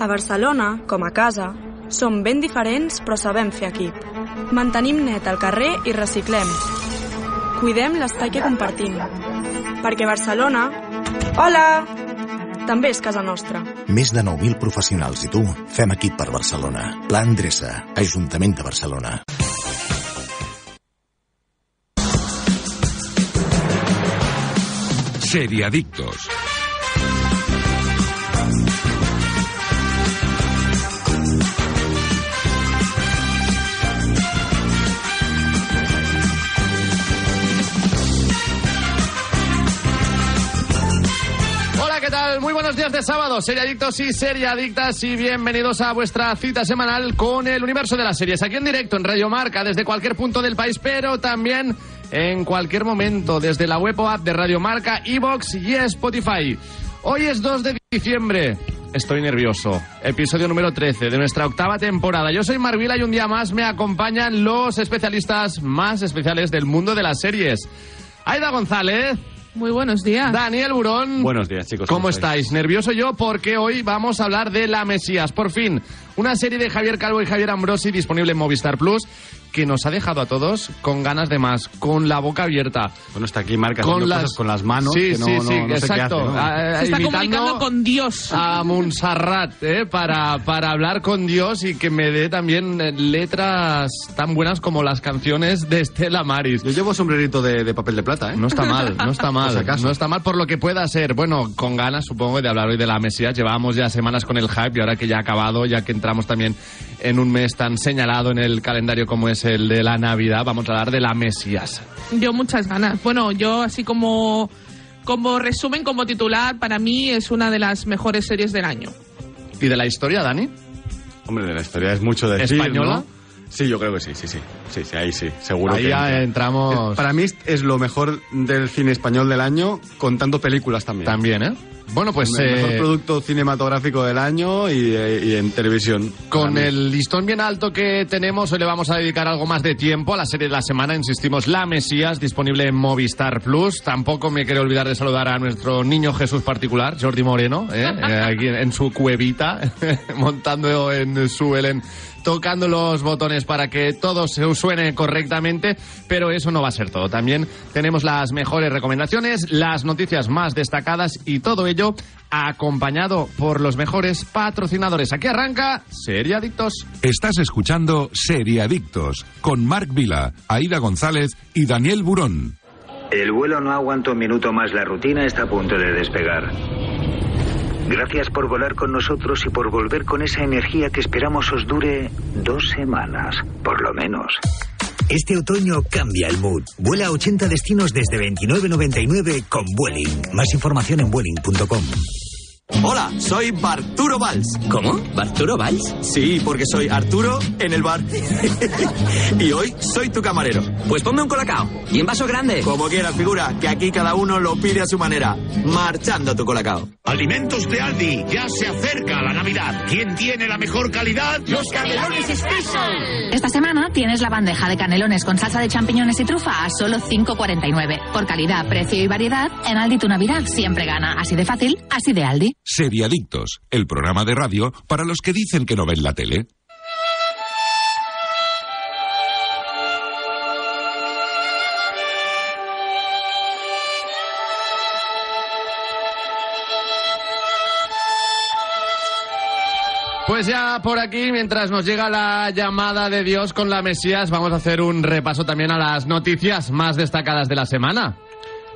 A Barcelona, com a casa, som ben diferents però sabem fer equip. Mantenim net el carrer i reciclem. Cuidem l'espai que compartim. Perquè Barcelona... Hola! També és casa nostra. Més de 9.000 professionals i tu fem equip per Barcelona. Pla Andressa, Ajuntament de Barcelona. Seriadictos. Hola, ¿qué tal? Muy buenos días de sábado, seriadictos y seriadictas, y bienvenidos a vuestra cita semanal con el universo de las series. Aquí en directo, en Radio Marca, desde cualquier punto del país, pero también en cualquier momento, desde la web o app de Radio Marca, Evox y Spotify. Hoy es 2 de diciembre. Estoy nervioso. Episodio número 13 de nuestra octava temporada. Yo soy Marvila y un día más me acompañan los especialistas más especiales del mundo de las series. Aida González. Muy buenos días. Daniel Burón. Buenos días, chicos. ¿Cómo estáis? Nervioso yo porque hoy vamos a hablar de La Mesías. Por fin, una serie de Javier Calvo y Javier Ambrosi disponible en Movistar Plus que nos ha dejado a todos con ganas de más, con la boca abierta. Bueno, está aquí Marca con las... con las manos. Sí, que no, sí, no- sí, no sé qué hace, exacto. ¿no? Ah, Se está imitando comunicando con Dios. a Montserrat eh, para, para hablar con Dios y que me dé también eh, letras tan buenas como las canciones de Estela Maris. Yo llevo sombrerito de, de papel de plata, ¿eh? No está mal, no está mal. Por si acaso. No está mal por lo que pueda ser. Bueno, con ganas, supongo, de hablar hoy de la Mesías. Llevábamos ya semanas con el hype y ahora que ya ha acabado, ya que entramos también en un mes tan señalado en el calendario como es el de la Navidad, vamos a hablar de la Mesías. Yo muchas ganas. Bueno, yo así como como resumen, como titular, para mí es una de las mejores series del año. ¿Y de la historia, Dani? Hombre, de la historia es mucho decir, ¿Española? ¿no? Sí, yo creo que sí, sí, sí. Sí, sí, ahí sí, seguro Ahí que... ya Eh, entramos Para mí es- es lo mejor del cine español del año, contando películas también. también, ¿eh? Bueno, pues... el mejor eh, producto cinematográfico del año y, eh, y en televisión. Con Para mí. el listón bien alto que tenemos, hoy le vamos a dedicar algo más de tiempo a la serie de la semana. Insistimos, La Mesías, disponible en Movistar Plus. Tampoco me quiero olvidar de saludar a nuestro niño Jesús particular, Jordi Moreno, ¿eh? Eh, aquí en su cuevita, montando en su Belén, tocando los botones para que todo se suene correctamente. Pero eso no va a ser todo. También tenemos las mejores recomendaciones, las noticias más destacadas y todo ello acompañado por los mejores patrocinadores. Aquí arranca Serie Adictos. Estás escuchando Seriadictos con Marc Vila, Aida González y Daniel Burón. El vuelo no aguanta un minuto más. La rutina está a punto de despegar. Gracias por volar con nosotros y por volver con esa energía que esperamos os dure dos semanas, por lo menos. Este otoño cambia el mood. Vuela a 80 destinos desde 29.99 con Vueling. Más información en vueling.com. Hola, soy Barturo Valls. ¿Cómo? ¿Barturo Valls? Sí, porque soy Arturo en el bar. y hoy soy tu camarero. Pues ponme un colacao. Y en vaso grande. Como quieras, figura, que aquí cada uno lo pide a su manera. Marchando tu colacao. Alimentos de Aldi, ya se acerca la Navidad. ¿Quién tiene la mejor calidad? Los canelones Special. Esta semana tienes la bandeja de canelones con salsa de champiñones y trufa a solo 5,49. Por calidad, precio y variedad, en Aldi tu Navidad siempre gana. Así de fácil, así de Aldi. Seriadictos, el programa de radio para los que dicen que no ven la tele. Pues ya por aquí, mientras nos llega la llamada de Dios con la Mesías, vamos a hacer un repaso también a las noticias más destacadas de la semana.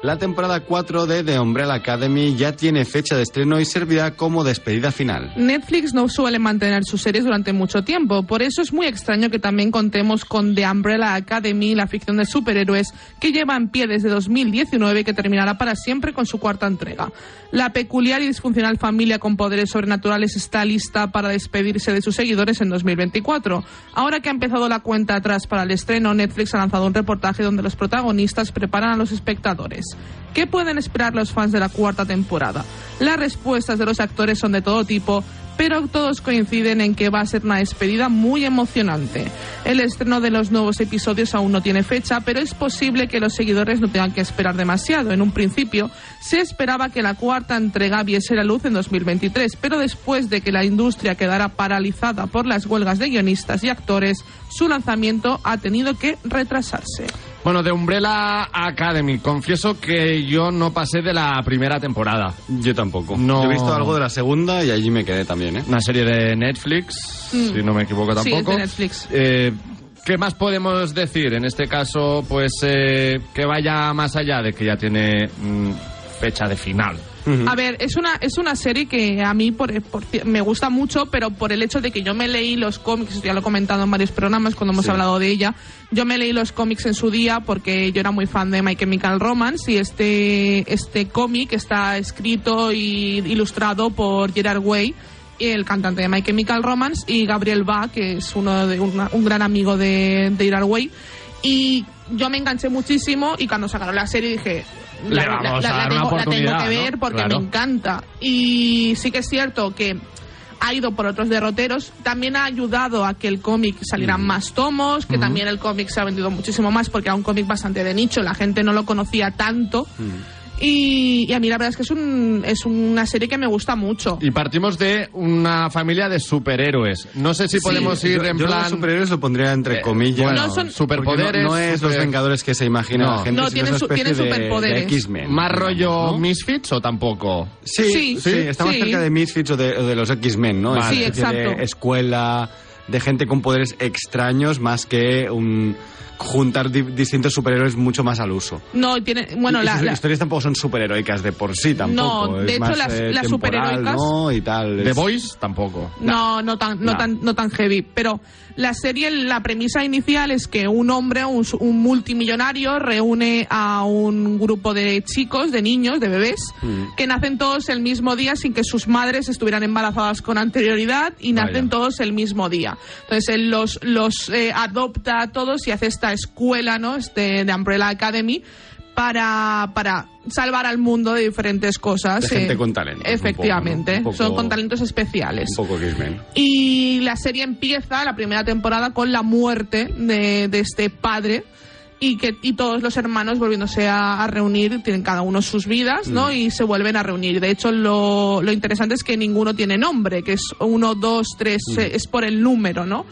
La temporada 4 de The Umbrella Academy ya tiene fecha de estreno y servirá como despedida final. Netflix no suele mantener sus series durante mucho tiempo, por eso es muy extraño que también contemos con The Umbrella Academy, la ficción de superhéroes que lleva en pie desde 2019 y que terminará para siempre con su cuarta entrega. La peculiar y disfuncional familia con poderes sobrenaturales está lista para despedirse de sus seguidores en 2024. Ahora que ha empezado la cuenta atrás para el estreno, Netflix ha lanzado un reportaje donde los protagonistas preparan a los espectadores. ¿Qué pueden esperar los fans de la cuarta temporada? Las respuestas de los actores son de todo tipo, pero todos coinciden en que va a ser una despedida muy emocionante. El estreno de los nuevos episodios aún no tiene fecha, pero es posible que los seguidores no tengan que esperar demasiado. En un principio se esperaba que la cuarta entrega viese la luz en 2023, pero después de que la industria quedara paralizada por las huelgas de guionistas y actores, su lanzamiento ha tenido que retrasarse. Bueno, de Umbrella Academy, confieso que yo no pasé de la primera temporada. Yo tampoco. No. Yo he visto algo de la segunda y allí me quedé también, ¿eh? Una serie de Netflix, Mm. si no me equivoco Sí, es de tampoco. Netflix. Eh, ¿Qué más podemos decir? En este caso, pues eh, que vaya más allá de que ya tiene mm, fecha de final. A ver, es una, es una serie que a mí por, por- me gusta mucho, pero por el hecho de que yo me leí los cómics, ya lo he comentado en varios programas cuando hemos Sí. hablado de ella, yo me leí los cómics en su día porque yo era muy fan de My Chemical Romance y este, este cómic está escrito y ilustrado por Gerard Way, el cantante de My Chemical Romance, y Gabriel Ba, que es uno de, una- un gran amigo de, de Gerard Way. Y yo me enganché muchísimo y cuando sacaron la serie dije... Le vamos a dar tengo, una tengo oportunidad, que ver ¿no? porque Claro. me encanta. Y sí que es cierto que ha ido por otros derroteros. También ha ayudado a que el cómic Mm. salieran más tomos, que también el cómic se ha vendido muchísimo más porque era un cómic bastante de nicho, la gente no lo conocía tanto. Mm. Y, y a mí la verdad es que es, un, es una serie que me gusta mucho. Y partimos de una familia de superhéroes. No sé si podemos ir yo, en yo plan. Eh, los superhéroes lo pondría entre comillas. bueno, No son- porque superpoderes, No, no es los super- Vengadores que se imagina la gente. No, sino tienen es su- una especie tienen de- superpoderes. de X-Men. Más digamos, rollo ¿no? Misfits o tampoco. Sí, sí, estamos cerca de Misfits o de, o de los X-Men, ¿no? Vale. Es Sí, una especie de exacto. escuela de gente con poderes extraños más que un juntar di- distintos superhéroes mucho más al uso. No, y tiene, bueno, Y- y la, sus la- historias tampoco son superheroicas de por sí, tampoco. No, es de hecho, más, las- eh, las temporal, superheroicas- ¿no? Y tal. The es- Boys tampoco. No, no tan, no Nah. tan, no tan heavy. Pero la serie, la premisa inicial es que un hombre, un, su- un multimillonario, reúne a un grupo de chicos, de niños, de bebés, Mm. que nacen todos el mismo día sin que sus madres estuvieran embarazadas con anterioridad y nacen todos el mismo día. Entonces él los, los eh, adopta a todos y hace esta escuela, ¿no? Este, de Umbrella Academy. Para, para salvar al mundo de diferentes cosas. eh, De gente con talento, un poco, ¿no? Efectivamente. Un poco- Son con talentos especiales. Un poco X-Men. Y la serie empieza, la primera temporada, con la muerte de, de este padre y que y todos los hermanos volviéndose a, a reunir, tienen cada uno sus vidas, ¿no? Y se vuelven a reunir. De hecho, lo, lo interesante es que ninguno tiene nombre, que es uno, dos, tres, Mm. eh, es por el número, ¿no?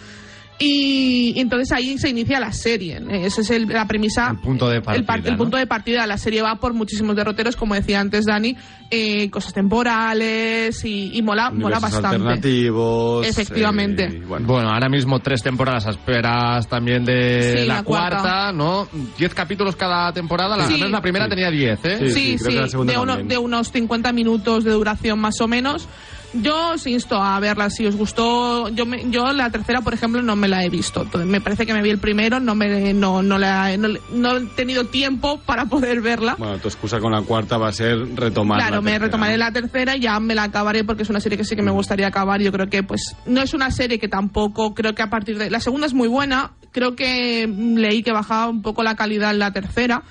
Y, y entonces ahí se inicia la serie. Eh, Esa es el- la premisa Punto de el, partida. par- el ¿no? punto de partida. La serie va por muchísimos derroteros, como decía antes Dani, eh, cosas temporales y, y mola, mola Universos bastante. alternativos. Efectivamente. eh, bueno. ahora mismo tres temporadas a esperas también de Sí, la, la cuarta. cuarta, ¿no? Diez capítulos cada temporada. La, Sí. al menos la primera tenía diez, ¿eh? sí, sí, de, uno- de unos 50 minutos de duración más o menos. Yo os insto a verla si os gustó. Yo, me- yo la tercera, por ejemplo, no me la he visto. Entonces, me parece que me vi el primero, no me no, no, la- no, le- no he tenido tiempo para poder verla. Bueno, tu excusa con la cuarta va a ser retomar. Claro, la me tercera. retomaré la tercera y ya me la acabaré porque es una serie que sí que me gustaría acabar. Yo creo que, pues, no es una serie que tampoco creo que a partir de. La segunda es muy buena, creo que mm, leí que bajaba un poco la calidad en la tercera,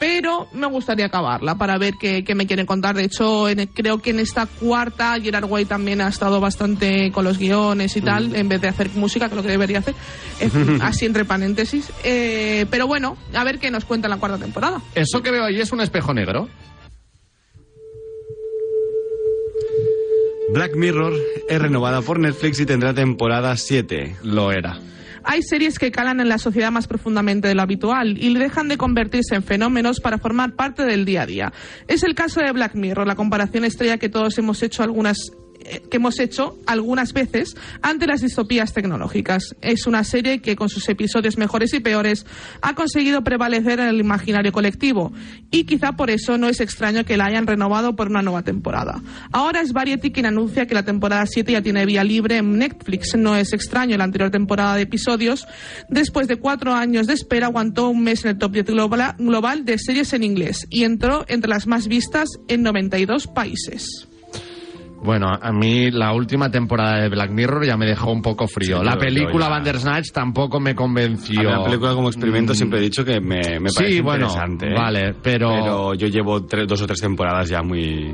pero me gustaría acabarla para ver qué, qué me quieren contar. De hecho, en- creo que en esta cuarta Gerard Way también ha estado bastante con los guiones y Mm. tal, en vez de hacer música, que es lo que debería hacer, Eh, así entre paréntesis. Eh, pero bueno, a ver qué nos cuenta en la cuarta temporada. Eso que veo ahí es un espejo negro. Black Mirror es renovada por Netflix y tendrá temporada 7. Lo era. Hay series que calan en la sociedad más profundamente de lo habitual y dejan de convertirse en fenómenos para formar parte del día a día. Es el caso de Black Mirror, la comparación estrella que todos hemos hecho algunas eh, que hemos hecho algunas veces ante las distopías tecnológicas. Es una serie que con sus episodios mejores y peores ha conseguido prevalecer en el imaginario colectivo y quizá por eso no es extraño que la hayan renovado por una nueva temporada. Ahora es Variety quien anuncia que la temporada 7 ya tiene vía libre en Netflix. No es extraño, la anterior temporada de episodios, después de cuatro años de espera, aguantó un mes en el top 10 global, global de series en inglés y entró entre las más vistas en 92 países. Bueno, a mí la última temporada de Black Mirror ya me dejó un poco frío. Sí, la yo- película yo ya- Bandersnatch tampoco me convenció. A ver, la película como experimento Mm, siempre he dicho que me, me Sí, parece bueno, interesante. ¿eh? vale, pero- yo llevo tres- dos o tres temporadas ya muy...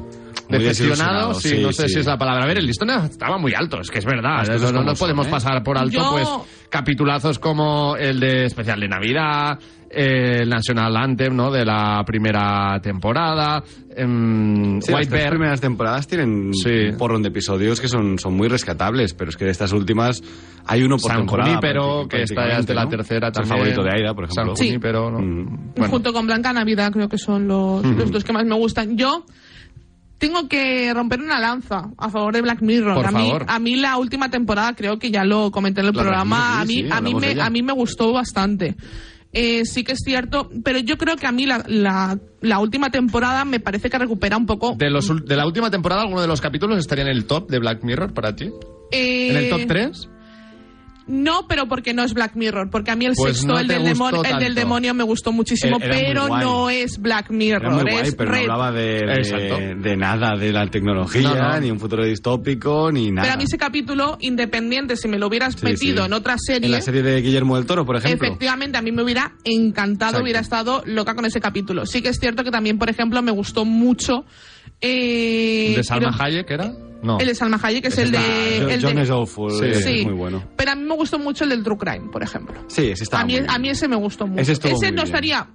decepcionado, sí, sí, no sé sí. si es la palabra. A ver, el listón estaba muy alto, es que es verdad. Las cosas No, no como podemos son, ¿eh? pasar por alto, Yo- pues, capitulazos como el de especial de Navidad, eh, el National Anthem, ¿no? De la primera temporada, em, Sí, este las White tres Bear. primeras temporadas tienen Sí. un porrón de episodios que son, son muy rescatables, pero es que de estas últimas hay uno por San temporada. Junípero, prácti- que esta ya es de la prácticamente, ¿no? tercera Es el también. favorito de Aida, por ejemplo. San Mm. Sí. Junípero, ¿no? Bueno, Junto con Blanca Navidad creo que son los, los dos que más me gustan. Yo tengo que romper una lanza a favor de Black Mirror. Por a, mí, favor. a mí la última temporada creo que ya lo comenté en el La programa. Black Mirror, sí, sí, a, mí, a, mí hablamos de me, ella. a mí me gustó bastante. Eh, sí que es cierto, pero yo creo que a mí la, la, la última temporada me parece que recupera un poco... de, los ul- de la última temporada, ¿alguno de los capítulos estaría en el top de Black Mirror para ti? eh, ¿En el top 3? No, pero porque no es Black Mirror, porque a mí el Pues sexto, no el, te del gustó demonio, el tanto. del demonio me gustó muchísimo, Era- era muy pero guay. no es Black Era Mirror, muy guay, es pero no Red hablaba de, de- Exacto. de nada, de la tecnología, No, no. ni un futuro distópico, ni nada. Pero a mí ese capítulo, independiente, si me lo hubieras Sí, metido sí. en otra serie, En la serie de Guillermo del Toro, por ejemplo. efectivamente a mí me hubiera encantado, Exacto. hubiera estado loca con ese capítulo. Sí que es cierto que también, por ejemplo, me gustó mucho... eh, ¿De Salma creo- Hayek era? No. El de Salma Hayek, que es, el de... Jo- el Ah, John de- is awful, Sí. es Sí. muy bueno. Pero a mí me gustó mucho el del True Crime, por ejemplo. Sí, ese estaba a, mí, muy bien. a mí ese me gustó mucho. Ese estuvo muy no bien. estaría...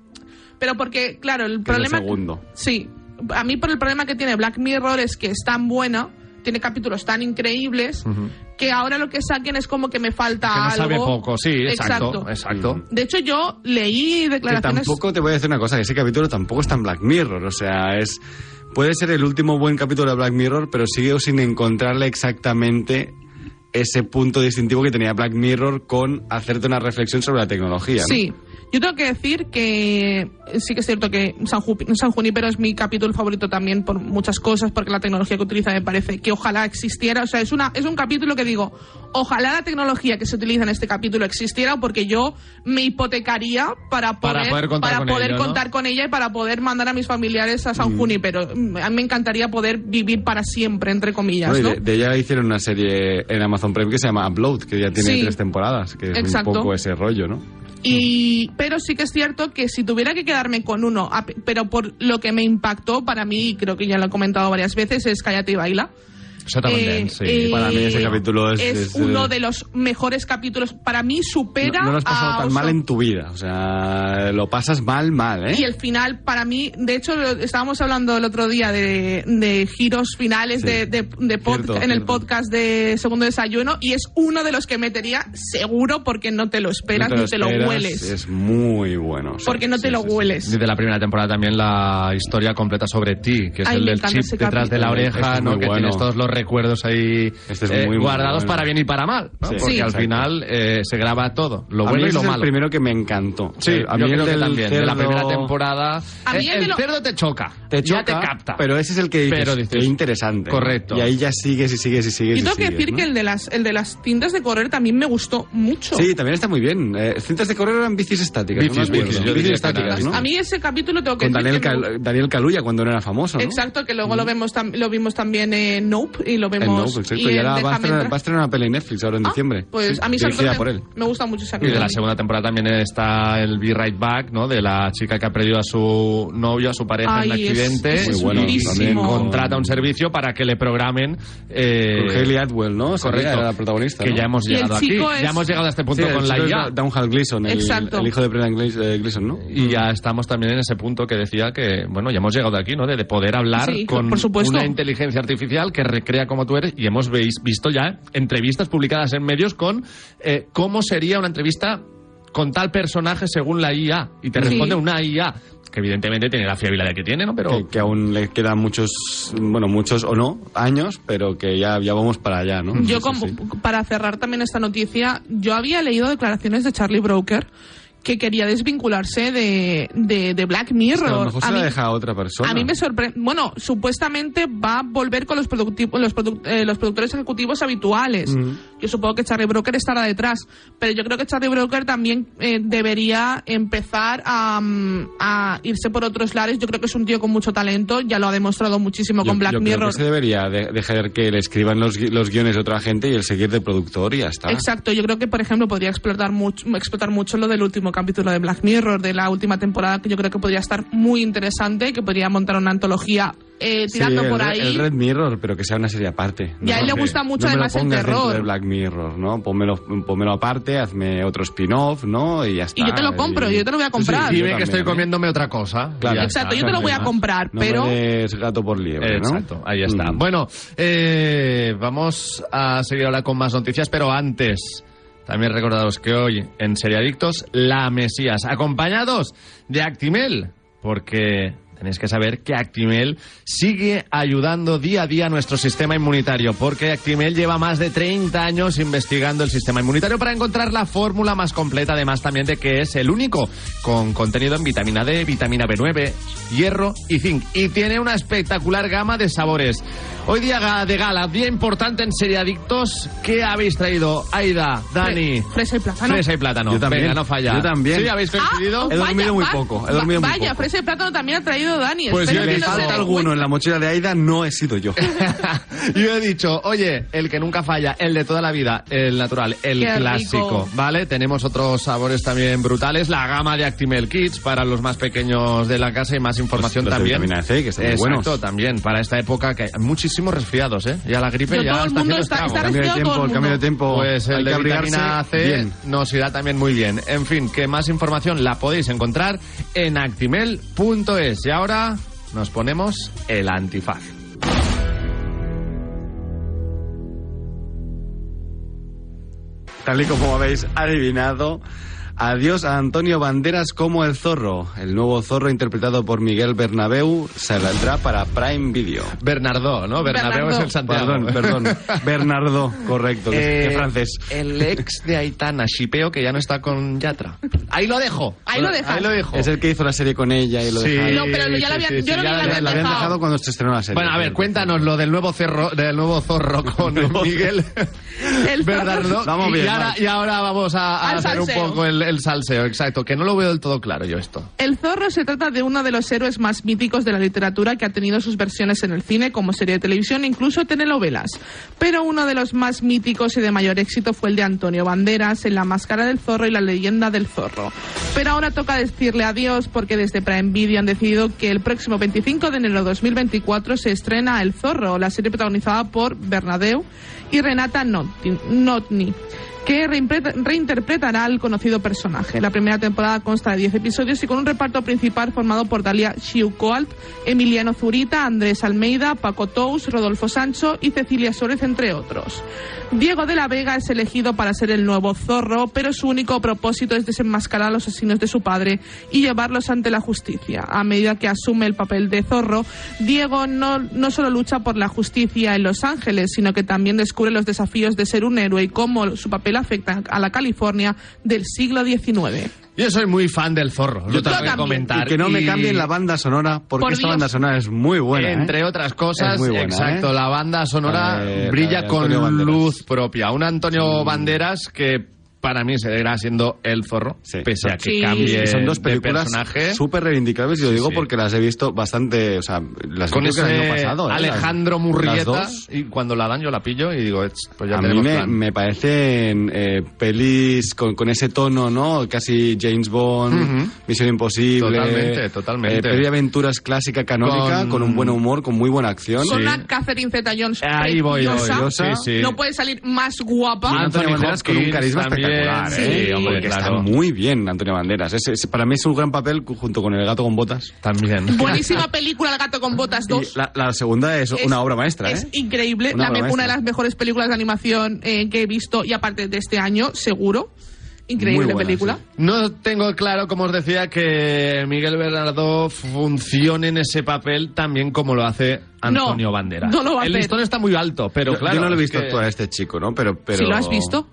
Pero porque, claro, el Que es el problema... segundo. Sí. A mí por el problema que tiene Black Mirror es que es tan buena, tiene capítulos tan increíbles, que ahora lo que saquen es como que me falta que no algo. sabe poco, sí, exacto, Mm. exacto. De hecho, yo leí Que declaraciones... tampoco te voy a decir una cosa, que ese capítulo tampoco está en Black Mirror, o sea, es puede ser el último buen capítulo de Black Mirror, pero sigo sin encontrarle exactamente ese punto distintivo que tenía Black Mirror con hacerte una reflexión sobre la tecnología. ¿no? Sí. Yo tengo que decir que sí que es cierto que San, Ju- San Junípero es mi capítulo favorito también por muchas cosas, porque la tecnología que utiliza me parece que ojalá existiera. O sea, es, una, es un capítulo que digo, ojalá la tecnología que se utiliza en este capítulo existiera, porque yo me hipotecaría para poder, Para poder contar para con poder ello, ¿no? contar con ella y para poder mandar a mis familiares a San Junípero. Mm, A mí me encantaría poder vivir para siempre, entre comillas, Bueno, ¿no? y de, de ella hicieron una serie en Amazon Prime que se llama Upload, que ya tiene Sí. tres temporadas, que es Exacto. un poco ese rollo, ¿no? Y, pero sí que es cierto que si tuviera que quedarme con uno, a pe- pero por lo que me impactó para mí, y creo que ya lo he comentado varias veces, es Cállate y Baila. Exactamente, Eh, sí. eh, para mí ese capítulo es- es es, eh, uno de los mejores capítulos. Para mí supera No, no lo has pasado a tan Oso- mal en tu vida, o sea, lo pasas mal, mal, ¿eh? Y el final, para mí, de hecho, lo- estábamos hablando el otro día de, de giros finales Sí. de, de- de pod- Cierto, en el cierto. podcast de Segundo Desayuno, y es uno de los que metería seguro porque no te lo No esperas lo ni te lo esperas, hueles. Es muy bueno. sí, porque no sí, te lo sí, sí. hueles. Y de la primera temporada también la historia completa sobre ti, que es Ay, el me del encanta chip ese detrás de la capítulo. oreja, Este es ¿no? muy que bueno. tienes todos los recuerdos ahí Este es eh, muy guardados bueno. para bien y para mal, ¿no? Sí. porque Sí. al Exacto. final eh, se graba todo, lo a mí bueno y ese lo es el malo. primero que me encantó. Sí, a mí yo el creo que del también, de la cerdo primera temporada. A mí eh, el el de lo- cerdo te choca, Te choca, ya te capta. Pero ese es el que dices, Pero dices, qué interesante. correcto. Y ahí ya sigues y sigues y sigues. Y tengo y que sigues, decir ¿no? que el de las el de las tintas de correr también me gustó mucho. Sí, también está muy bien. Eh, cintas de correr eran bicis estáticas. Bicis, no me acuerdo. bicis, yo diría que estáticas, eran ¿no? A mí ese capítulo tengo que Con decir Daniel, que me Cal- Daniel Caluya cuando no era famoso, ¿no? Exacto, que luego lo vemos tam- lo vimos también en Nope y lo En vemos Nope, exacto. y en Y ahora va a, Déjame estrenar, entrar. va a estrenar una peli en Netflix ahora en Ah, diciembre. Pues Sí, a mí esa dirigida me- por él. me gusta mucho esa Y de la segunda temporada también está el Be Right Back, ¿no? De la chica que ha perdido a su novio, a su pareja Ay, en un es- accidente. es Muy bueno, y también con- contrata un servicio para que le programen. eh, Con Hayley Atwell, ¿no? Sería correcto. la protagonista. que ¿no? ya hemos Y el llegado aquí. chico es- Ya hemos llegado a este punto Sí, el con la chico es IA. Downhill Gleason, el, Exacto. el hijo de Brendan Glees- eh, Gleeson, ¿no? Y ya estamos también en ese punto que decía que, bueno, ya hemos llegado aquí, ¿no? De, de poder hablar Sí, con por supuesto. una inteligencia artificial que recrea como tú eres. Y hemos veis, visto ya entrevistas publicadas en medios con eh, cómo sería una entrevista con tal personaje según la IA. Y te Sí. responde una IA que evidentemente tiene la fiabilidad que tiene, ¿no? Pero que, que aún le quedan muchos, bueno, muchos o no, años, pero que ya, ya vamos para allá, ¿no? Yo Sí, como, sí. para cerrar también esta noticia, yo había leído declaraciones de Charlie Broker que quería desvincularse de, de, de Black Mirror. a lo mejor A se la mí- deja a otra persona. A mí me sorprende. Bueno, supuestamente va a volver con los, producti- los, produc- eh, los productores ejecutivos habituales. Mm. Yo supongo que Charlie Broker estará detrás. Pero yo creo que Charlie Broker también eh, debería empezar a, mm, a irse por otros lares. Yo creo que es un tío con mucho talento. Ya lo ha demostrado muchísimo Yo- con Black yo creo Mirror. que se debería de- dejar que le escriban los, gui- los guiones de otra gente y el seguir de productor y ya está. Exacto, yo creo que por ejemplo podría explotar mucho, explotar mucho lo del último capítulo de Black Mirror, de la última temporada, que yo creo que podría estar muy interesante, que podría montar una antología eh, tirando Sí, el por Red- ahí. El Red Mirror, pero que sea una serie aparte. Y a él le Que gusta mucho, no me lo además, el pongas dentro terror. de Black Mirror, ¿no? Pónmelo, pónmelo aparte, hazme otro spin-off, ¿no? Y ya está. Y yo te lo compro, yo te lo voy a comprar. Dime que estoy comiéndome otra cosa. Claro. Ya Exacto, está, yo te lo voy a no hay más. comprar, pero... Es gato por liebre, ¿no? Mm. Exacto, ahí está. Bueno, eh, vamos a seguir ahora con más noticias, pero antes, también recordaros que hoy en Seriadictos, La Mesías, acompañados de Actimel, porque tenéis que saber que Actimel sigue ayudando día a día a nuestro sistema inmunitario, porque Actimel lleva más de 30 años investigando el sistema inmunitario para encontrar la fórmula más completa, además también de que es el único con contenido en vitamina D, vitamina B9, hierro y zinc. Y tiene una espectacular gama de sabores. Hoy día ga- de gala, día importante en Seriadictos. ¿Qué habéis traído? Aida, Dani. Fresa y plátano. Ah, Fresa y plátano. Yo también. Venga, no falla. Yo también. Sí, habéis coincidido. He dormido muy poco, he dormido muy vaya, poco. fresa y plátano también ha traído Dani. Pues si espero le que no se falta dé alguno en la mochila de Aida, no he sido yo. Yo he dicho, oye, el que nunca falla, el de toda la vida, el natural, el Qué clásico, rico. ¿vale? Tenemos otros sabores también brutales, la gama de Actimel Kids para los más pequeños de la casa y más información Pues Los de también. vitamina C, que están muy Exacto, buenos. también, para esta época que hay muchísimos resfriados, ¿eh? Ya la gripe Yo, ya todo el está mundo haciendo está- está estragos. resfriado. Cambio de tiempo, todo el cambio de mundo. tiempo. Pues el hay de que vitamina abrigarse C bien. nos irá también muy bien. En fin, que más información la podéis encontrar en actimel.es. Y ahora nos ponemos el antifaz. Tal y como habéis adivinado, adiós a Antonio Banderas como el zorro. El nuevo zorro interpretado por Miguel Bernabeu saldrá para Prime Video. Bernardo, ¿no? Bernabéu Bernardo. es el Santiago. Perdón, perdón. Bernardo, correcto, que es Eh, francés. El ex de Aitana, Shipeo, que ya no está con Yatra. Ahí lo dejo. Ahí lo dejas. Ahí lo dejo. Es el que hizo la serie con ella y lo Sí, dejaron. No, pero ya la habían- yo creo que la ya la- habían La habían dejado. dejado cuando se estrenó la serie. Bueno, a ver, cuéntanos lo del nuevo, cerro, del nuevo zorro con Miguel. El zorro. Bernardo. Vamos bien, y, ahora, vamos. y ahora vamos a, a Al hacer salseo. un poco el, el salseo, exacto. Que no lo veo del todo claro yo esto. El zorro se trata de uno de los héroes más míticos de la literatura que ha tenido sus versiones en el cine, como serie de televisión e incluso telenovelas. Pero uno de los más míticos y de mayor éxito fue el de Antonio Banderas en La Máscara del Zorro y la Leyenda del Zorro. Pero ahora toca decirle adiós porque desde Prime Video han decidido que el próximo 25 de enero de 2024 se estrena El Zorro, la serie protagonizada por Bernadeu y Renata Notni. Notni que reimpre- reinterpretará al conocido personaje. La primera temporada consta de 10 episodios y con un reparto principal formado por Dalia Shiukoalt, Emiliano Zurita, Andrés Almeida, Paco Tous, Rodolfo Sancho y Cecilia Suárez, entre otros. Diego de la Vega es elegido para ser el nuevo zorro, pero su único propósito es desenmascarar a los asesinos de su padre y llevarlos ante la justicia. A medida que asume el papel de zorro, Diego no, no solo lucha por la justicia en Los Ángeles, sino que también descubre los desafíos de ser un héroe y cómo su papel afecta a la California del siglo XIX. Yo soy muy fan del zorro. Yo tengo que también. comentar. Y que no me Y- cambien la banda sonora, porque Por esta Dios. banda sonora es muy buena. ¿eh? Entre otras cosas, Es muy buena, exacto, ¿eh? la banda sonora La de- la brilla de con Antonio Banderas. luz propia. Un Antonio Banderas que para mí seguirá siendo el zorro, Sí. pese a que Sí. cambie Y son dos de películas personaje. súper reivindicables y lo digo sí. porque las he visto bastante, o sea, las Con vi creo que el ese año pasado. ¿eh? Alejandro Las- las Murrieta, dos. y cuando la dan yo la pillo y digo, "Ets, pues ya a mí tenemos me, plan". me parecen eh, pelis con, con ese tono, ¿no? Casi James Bond, Ujú. Misión Imposible. Totalmente, totalmente. eh, peli de aventuras clásica canónica, Con- con... un buen humor, con muy buena acción. Con una Catherine Zeta-Jones Ah, Ahí voy, voy, preciosa. yo, sí, sí. no puede salir más guapa. Y Antonio Anthony Banderas con un Hopkins carisma también, espectacular, sí, ¿eh? hombre, Porque claro. está muy bien Antonio Banderas. Es- es- para mí es un gran papel junto con El gato con botas. También. Buenísima película El gato con botas Y 2. la, la segunda es, Es- una obra maestra, Es ¿eh? increíble, Una la me- obra una de maestra. las mejores películas de animación eh, que he visto y aparte de este año, seguro. Increíble Muy buena, película. sí. No tengo claro, como os decía, que Miguel Bernardo funcione en ese papel también como lo hace Antonio No, Banderas. no lo va a El hacer. listón está muy alto, pero Yo- claro. Yo no lo he es visto que actuar a este chico, ¿no? Pero, pero... Si lo has visto.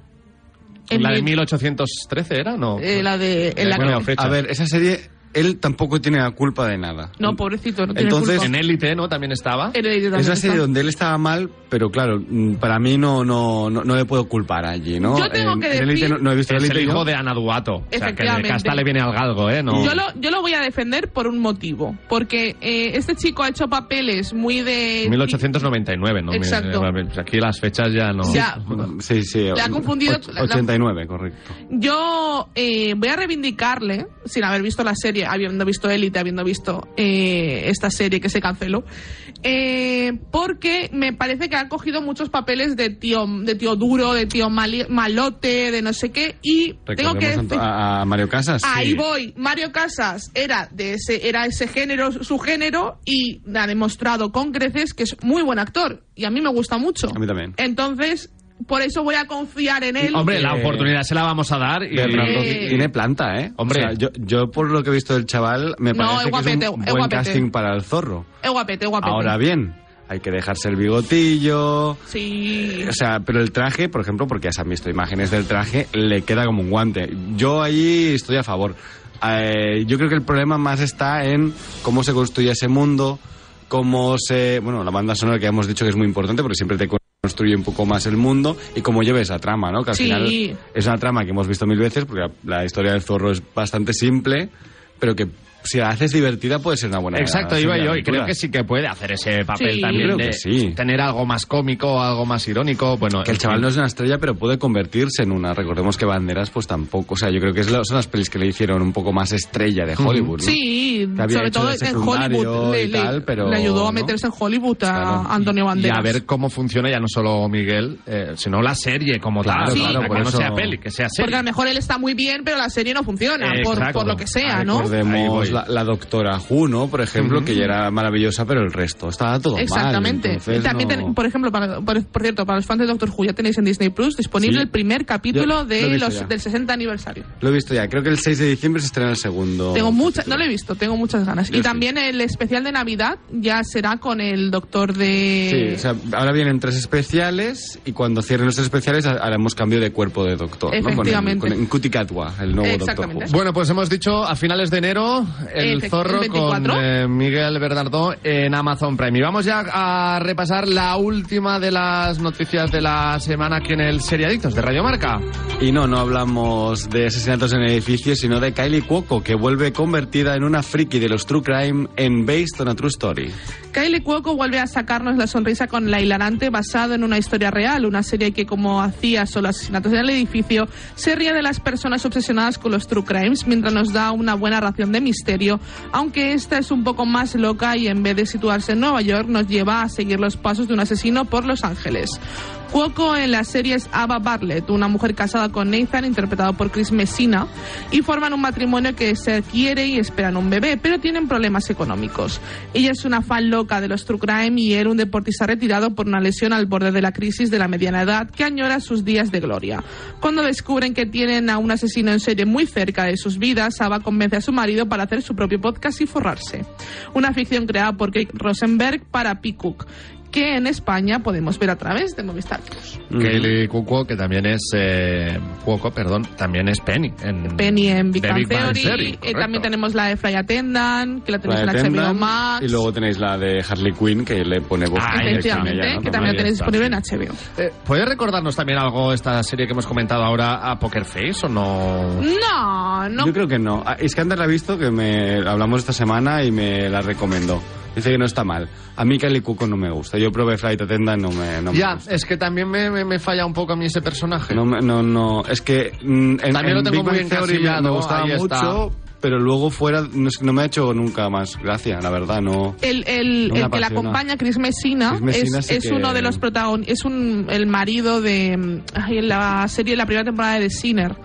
En La de mil- 1813 era, ¿no? eh, la de. en la- Bueno, A ver, esa serie, él tampoco tiene la culpa de nada. no, pobrecito, no tiene Entonces- culpa. en élite, ¿no? También estaba. En el- Es también la está. serie donde él estaba mal, pero claro, mm, para mí no, no, no, no le puedo culpar allí, ¿no? Yo tengo En- que en Élite decir- no, no he visto Es el Élite, hijo ¿no? de Ana Duato. O sea, que de Efectivamente. casta le viene al galgo, ¿eh? No. Yo, lo, yo lo voy a defender por un motivo. Porque eh, este chico ha hecho papeles muy de. 1899, ¿no? eh, Exacto. pues Aquí las fechas ya no. Ya. Mm, Sí, sí. Le ha confundido- och- 89, correcto. Yo eh, voy a reivindicarle, sin haber visto la serie, eh, habiendo visto Élite, habiendo visto eh, esta serie que se canceló, eh, porque me parece que han cogido muchos papeles de tío, de tío duro, de tío mali- malote, de no sé qué, y tengo que Recordemos decir... a, a Mario Casas. Ahí Ah, sí. voy. Mario Casas era de ese, era ese género, su género, y ha demostrado con creces que es muy buen actor. Y a mí me gusta mucho. A mí también. Entonces, por eso voy a confiar en él. Hombre, la Eh, oportunidad se la vamos a dar. Y... Bernardo Eh. tiene planta, ¿eh? Hombre. O sea, yo, yo por lo que he visto del chaval, me No, parece es guapete, que es es un buen guapete. casting para el zorro. Es guapete, es guapete. Ahora bien, hay que dejarse el bigotillo. Sí. O sea, pero el traje, por ejemplo, porque ya se han visto imágenes del traje, le queda como un guante. Yo ahí estoy a favor. Eh, yo creo que el problema más está en cómo se construye ese mundo, cómo se... Bueno, la banda sonora que ya hemos dicho que es muy importante porque siempre te construye un poco más el mundo y cómo lleves esa trama, ¿no? Que al Sí. final es una trama que hemos visto mil veces porque la, la historia del zorro es bastante simple, pero que si la haces divertida puede ser una buena Exacto, iba serie yo. de Y creo aventuras. que sí que puede hacer ese papel Sí. también. Creo de que sí. Tener algo más cómico, algo más irónico. Bueno, Que el chaval no es una estrella, pero puede convertirse en una. Recordemos que Banderas, pues tampoco. O sea, yo creo que es la- son las pelis que le hicieron un poco más estrella de Hollywood. ¿no? Sí, Que había sobre hecho todo de en secundario Hollywood. Le, y le- tal, pero le ayudó a no. meterse en Hollywood a Claro. Antonio Y Banderas. a ver cómo funciona ya no solo Miguel, eh, sino la serie como Claro, tal. Sí. para claro, por que eso- no sea peli, que sea serie. Porque a lo mejor él está muy bien, pero la serie no funciona, Eh, por, exacto. por lo que sea, ¿no? Ahí voy. Recordemos la, la doctora Juno, por ejemplo, que ya era maravillosa, pero el resto estaba todo mal. Exactamente. entonces Y También, no- ten- por ejemplo, para- por, por cierto, para los fans de Doctor Who ya tenéis en Disney Plus disponible Sí. el primer capítulo Yo lo he de visto los, ya. del 60 aniversario. Lo he visto ya. Creo que el 6 de diciembre se estrena el segundo. tengo muchas, no lo he visto, tengo muchas ganas. Yo y sí. también el especial de Navidad ya será con el Doctor Sí, de. o sea, ahora vienen tres especiales y cuando cierren los tres especiales ha- haremos cambio de cuerpo de doctor. ¿no? Con el- Efectivamente. Con, en Cuticatwa, el nuevo doctor. Exactamente. Bueno, pues hemos dicho a finales de enero el Efect- zorro el con 24. eh, Miguel Bernardo en Amazon Prime. Y vamos ya a repasar la última de las noticias de la semana aquí en el Seriadictos de Radio Marca. Y no, no hablamos de asesinatos en edificios, sino de Kylie Cuoco, que vuelve convertida en una friki de los true crime en Based on a True Story. Kylie Cuoco vuelve a sacarnos la sonrisa con La Hilarante, basado en una historia real, una serie que, como hacía solo asesinatos en el edificio, se ríe de las personas obsesionadas con los true crimes, mientras nos da una buena ración de misterio, aunque esta es un poco más loca y en vez de situarse en Nueva York, nos lleva a seguir los pasos de un asesino por Los Ángeles. Cuoco en la serie es Ava Bartlett, una mujer casada con Nathan, interpretado por Chris Messina, y forman un matrimonio que se quiere y esperan un bebé, pero tienen problemas económicos. Ella es una fan loca de los true crime y él un deportista retirado por una lesión al borde de la crisis de la mediana edad que añora sus días de gloria. Cuando descubren que tienen a un asesino en serie muy cerca de sus vidas, Ava convence a su marido para hacer su propio podcast y forrarse. Una ficción creada por Kate Rosenberg para Peacock que en España podemos ver a través de Movistar Plus. Kelly Cuoco, que también es eh, Cuoco, perdón, también es Penny. En, Penny en Big de Bang Theory. Eh, correcto. también tenemos la de Fry Attendant, que la tenéis La de en HBO Tendam, Max. y luego tenéis la de Harley Quinn, que le pone voz. Ah, directa a Efectivamente, ella, ¿no? que también la tenéis está, disponible sí. en HBO. Eh, ¿Puedes recordarnos también algo esta serie que hemos comentado ahora a Poker Face o no? No, no. Yo creo que no. Ah, Iskander la ha visto, que me hablamos esta semana y me la recomendó. Dice que no está mal. A mí Kylie Cuoco no me gusta. Yo probé Flight Attendant, no me, no me ya, gusta. es que también me, me- me falla un poco a mí ese personaje. No, me- no, no. Es que mm, en, También lo en tengo Big muy Bang Theory me- me encasillado, gustaba ahí está. mucho, pero luego fuera no, es- no me ha hecho nunca más gracia, la verdad, no. El, el- No me el que la apasiona. acompaña, Chris Messina, Chris Messina es, sí es que- uno de los protagonistas, es un, el marido de mm, ay, en la serie, en la primera temporada de The Sinner.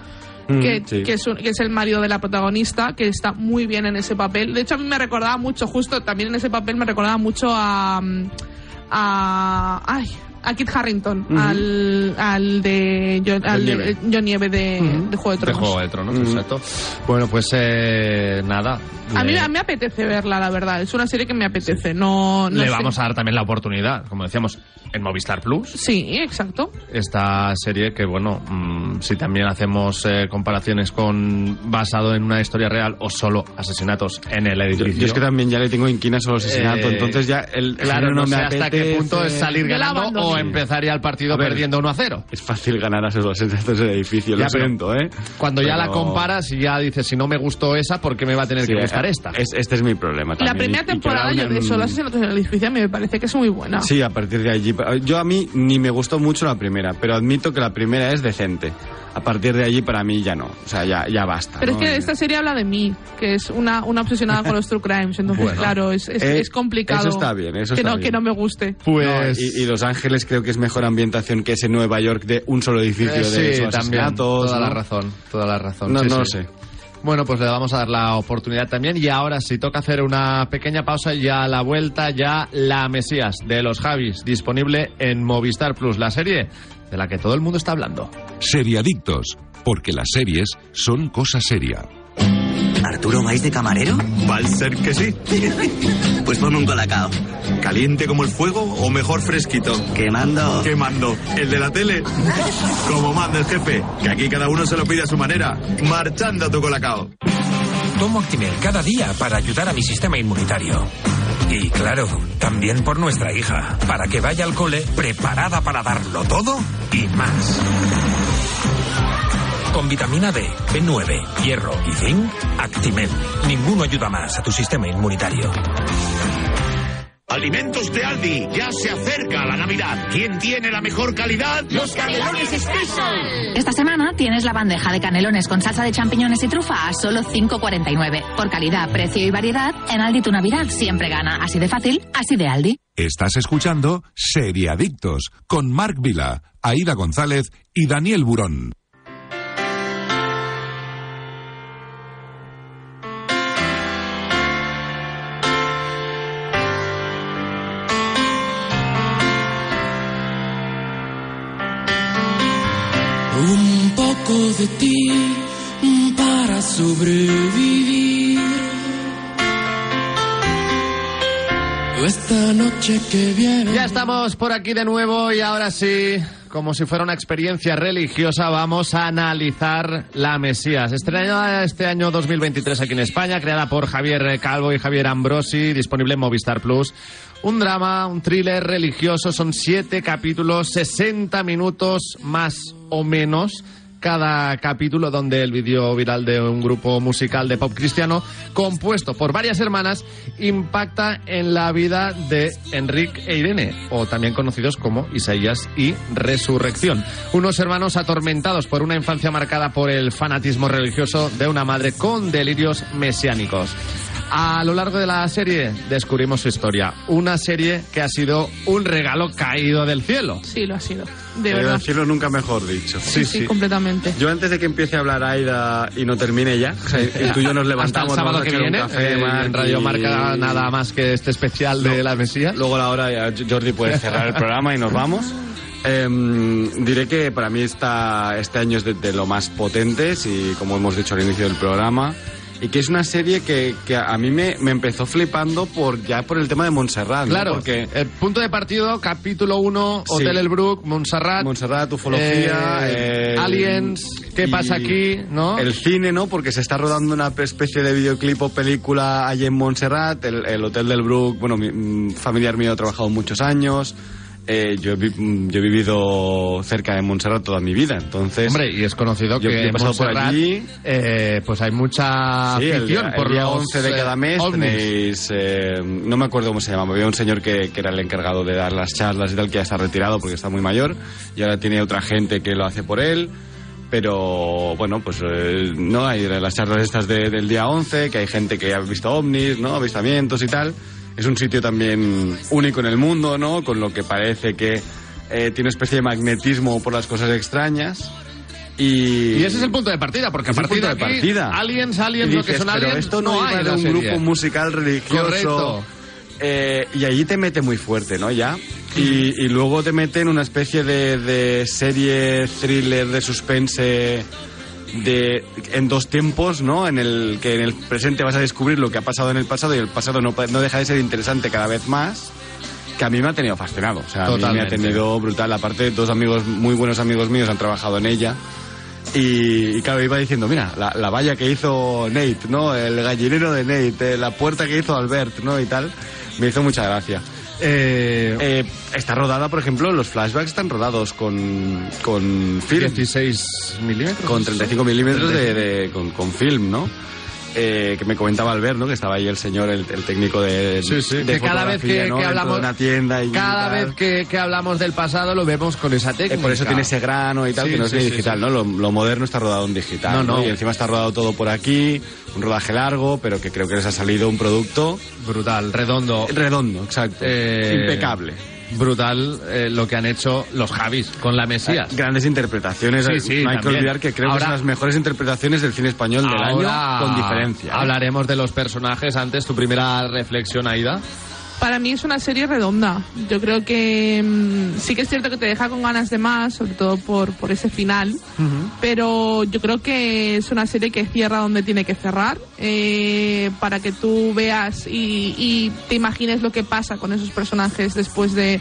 Mm, que, sí. que es un- que es el marido de la protagonista, que está muy bien en ese papel. De hecho, a mí me recordaba mucho, justo también en ese papel me recordaba mucho a. mm, a. Ay, a Kit Harrington, Ujú. al, al de. John, al de- Nieve. John Nieve de, de Juego de De Tronos. Juego de Tronos, Mm. exacto. Bueno, pues eh, nada. A mí Le- a mí me apetece verla, la verdad. Es una serie que me apetece. No, no le sé. vamos a dar también la oportunidad, como decíamos, en Movistar Plus. Sí, exacto. Esta serie que, bueno, mm, si también hacemos eh, comparaciones con basado en una historia real o solo asesinatos en el Yo, edificio. yo es que también ya le tengo inquinas al asesinato, Eh, entonces ya el Claro, el no, sé me hasta qué apetece. punto es salir Yo la ganando o abandoné. empezar ya el partido A ver. perdiendo 1 a 0. Es fácil ganar a esos asesinatos del edificio, Ya, lo pero siento, ¿eh? Cuando ya la Pero- comparas y ya dices, si no me gustó esa, ¿por qué me va a tener Sí, que gustar eh, esta? es- este es mi problema La también, y- primera y que temporada yo la de unan- Solo Asesinatos en el Edificio me parece que es muy buena. Sí, a partir de allí Yo a mí ni me gustó mucho la primera, pero admito que la primera es decente. A partir de allí para mí ya no, o sea, ya, ya basta. Pero ¿no? eh. es que esta serie habla de mí, que es una, una obsesionada con los true crimes, entonces Bueno. claro, es, es, Eh, es complicado. eso está bien, eso que está no, bien. Que no me guste. No, Pues, y, y Los Ángeles creo que es mejor ambientación que ese Nueva York de un solo edificio Eh, de sí, esos también. asesinatos, Toda la ¿no? razón, toda la razón. No, Sí, no lo sí. sé. Bueno, pues le vamos a dar la oportunidad también. Y ahora sí, toca hacer una pequeña pausa y a la vuelta ya La Mesías de los Javis, disponible en Movistar Plus, la serie de la que todo el mundo está hablando. Seriadictos, porque las series son cosa seria. ¿Arturo vais de camarero? Va a ser que sí. pues pon un colacao. ¿Caliente como el fuego o mejor fresquito? Quemando. Quemando. ¿El de la tele? como manda el jefe, que aquí cada uno se lo pide a su manera. Marchando tu colacao. Tomo Actimel cada día para ayudar a mi sistema inmunitario. Y claro, también por nuestra hija, para que vaya al cole preparada para darlo todo y más. Con vitamina D, B9, hierro y zinc, Actimel. Ninguno ayuda más a tu sistema inmunitario. Alimentos de Aldi, ya se acerca la Navidad. ¿Quién tiene la mejor calidad? Los canelones Special. Esta semana tienes la bandeja de canelones con salsa de champiñones y trufa a solo 5,49. Por calidad, precio y variedad, en Aldi tu Navidad siempre gana. Así de fácil, así de Aldi. Estás escuchando Seriadictos con Marc Vila, Aida González y Daniel Burón. Un poco de ti mm, para sobrevivir. Esta noche que viene. Ya estamos por aquí de nuevo y ahora sí, como si fuera una experiencia religiosa, vamos a analizar La Mesías. Estrenada este año 2023 aquí en España, creada por Javier Calvo y Javier Ambrosi, disponible en Movistar Plus. Un drama, un thriller religioso, son siete capítulos, 60 minutos más o menos cada capítulo donde el vídeo viral de un grupo musical de pop cristiano compuesto por varias hermanas impacta en la vida de Enric e Irene, o también conocidos como Isaías y Resurrección. Unos hermanos atormentados por una infancia marcada por el fanatismo religioso de una madre con delirios mesiánicos. A lo largo de la serie descubrimos su historia, una serie que ha sido un regalo caído del cielo. Sí, lo ha sido. De Pero verdad. decirlo nunca mejor dicho. Sí, sí, completamente. Yo antes de que empiece a hablar Aida y no termine ya, o sea, y tú y yo nos levantamos, Hasta el sábado vamos a que echar un viene, café, eh, Marc, en Radio y- Marca nada más que este especial de La Mesías. Luego la hora ya Jordi puede cerrar el programa y nos vamos. Em, diré que para mí esta, este año es de, de lo más potentes y como hemos dicho al inicio del programa. Y que es una serie que, que a mí me, me empezó flipando por ya por el tema de Montserrat. ¿no? Claro, Porque el punto de partido, capítulo 1, Sí. Hotel El Brook, Montserrat. Montserrat, ufología, eh, eh, Aliens, ¿qué y pasa aquí? ¿No? El cine, ¿no? Porque se está rodando una especie de videoclip o película allí en Montserrat, el, el Hotel del Brook, bueno, mi, mm, familiar mío ha trabajado muchos años, eh, yo, he vi- mm, yo he vivido cerca de Montserrat toda mi vida, entonces... Hombre, y es conocido yo que he en pasado por Montserrat, allí. eh, pues hay mucha Sí, el, afición día- por el día los, 11 de eh, cada mes ovnis. tenéis, eh, no me acuerdo cómo se llama, había un señor que, que era el encargado de dar las charlas y tal, que ya está retirado porque está muy mayor y ahora tiene otra gente que lo hace por él. Pero bueno, pues eh, no hay las charlas estas de- del día 11, que hay gente que ha visto ovnis, ¿no? avistamientos y tal. Es un sitio también único en el mundo, ¿no? Con lo que parece que eh, tiene una especie de magnetismo por las cosas extrañas. Y, Y ese es el punto de partida, porque a Es el partir de, punto pues aquí, de partida. aliens, aliens, y lo que dices, son pero aliens, esto no, hay iba en de la un serie. grupo musical religioso. Correcto. Eh, y allí te mete muy fuerte, ¿no? Ya. Y, y luego te mete en una especie de, de serie thriller de suspense de en dos tiempos, ¿no? En el que en el presente vas a descubrir lo que ha pasado en el pasado y el pasado no, pa- no deja de ser interesante cada vez más. Que a mí me ha tenido fascinado, o sea, a mí me ha Totalmente. tenido brutal. Aparte, dos amigos, muy buenos amigos míos han trabajado en ella. Y, y claro, iba diciendo, mira, la, la valla que hizo Nate, ¿no? El gallinero de Nate, eh, la puerta que hizo Albert, ¿no? Y tal. Me hizo mucha gracia. Eh, está rodada, por ejemplo, los flashbacks están rodados con, con film. 16 milímetros. Con 35 milímetros de, de- con, con film, ¿no? eh, que me comentaba Albert, ¿no? Que estaba ahí el señor, el, el técnico de, Sí, sí, de que cada vez que, fotografía, que ¿no? Dentro de hablamos una tienda y cada tal. vez que, que hablamos del pasado lo vemos con esa técnica. Eh, por eso tiene ese grano y tal, Sí, que no sí, es ni sí, digital, sí. ¿no? Lo, lo moderno está rodado en digital. No, No, no. no. Y encima está rodado todo por aquí, un rodaje largo, pero que creo que les ha salido un producto. Brutal, redondo. Redondo, exacto. Eh, Impecable. Brutal eh, lo que han hecho los Javis con la Mesías. Eh, Grandes interpretaciones. Sí, sí, no hay que también. olvidar que creo que Ahora- son las mejores interpretaciones del cine español del Ahora año, con diferencia. ¿eh? Hablaremos de los personajes antes, tu primera reflexión, Aida. Para mí es una serie redonda. Yo creo que mm, sí que es cierto que te deja con ganas de más, sobre todo por, por ese final. Pero yo creo que es una serie que cierra donde tiene que cerrar eh, para que tú veas y, y te imagines lo que pasa con esos personajes después de,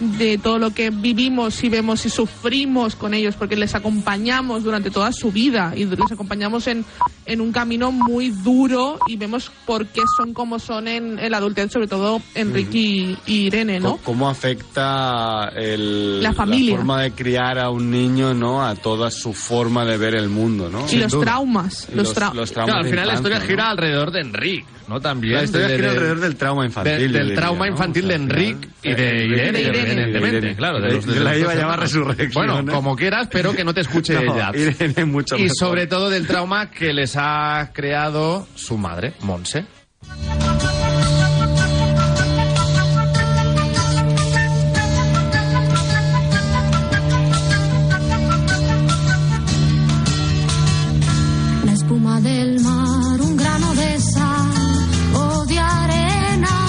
de todo lo que vivimos y vemos y sufrimos con ellos, porque les acompañamos durante toda su vida y les acompañamos en, en un camino muy duro y vemos por qué son como son en, en la adultez, sobre todo Enrique y, y Irene, ¿no? Co- ¿Cómo afecta el- La familia. forma de criar a un niño, ¿no? A toda su forma de ver el mundo, ¿no? Y los traumas, Y los, los- trau- los traumas Claro, al de final la infancia, historia ¿no? gira alrededor de Enric, ¿no? También. La historia de- gira de- alrededor del trauma infantil, de- yo del diría, trauma ¿no? infantil de Enric y de Irene, evidentemente. Claro, de los- de Yo la los iba a dos llamar hermanos. resurrección. Bueno, ¿eh? como quieras, pero que no te escuche No, ella. Irene, mucho y mejor. sobre todo del trauma que les ha creado su madre, Monse. La espuma del mar, un grano de sal o de arena,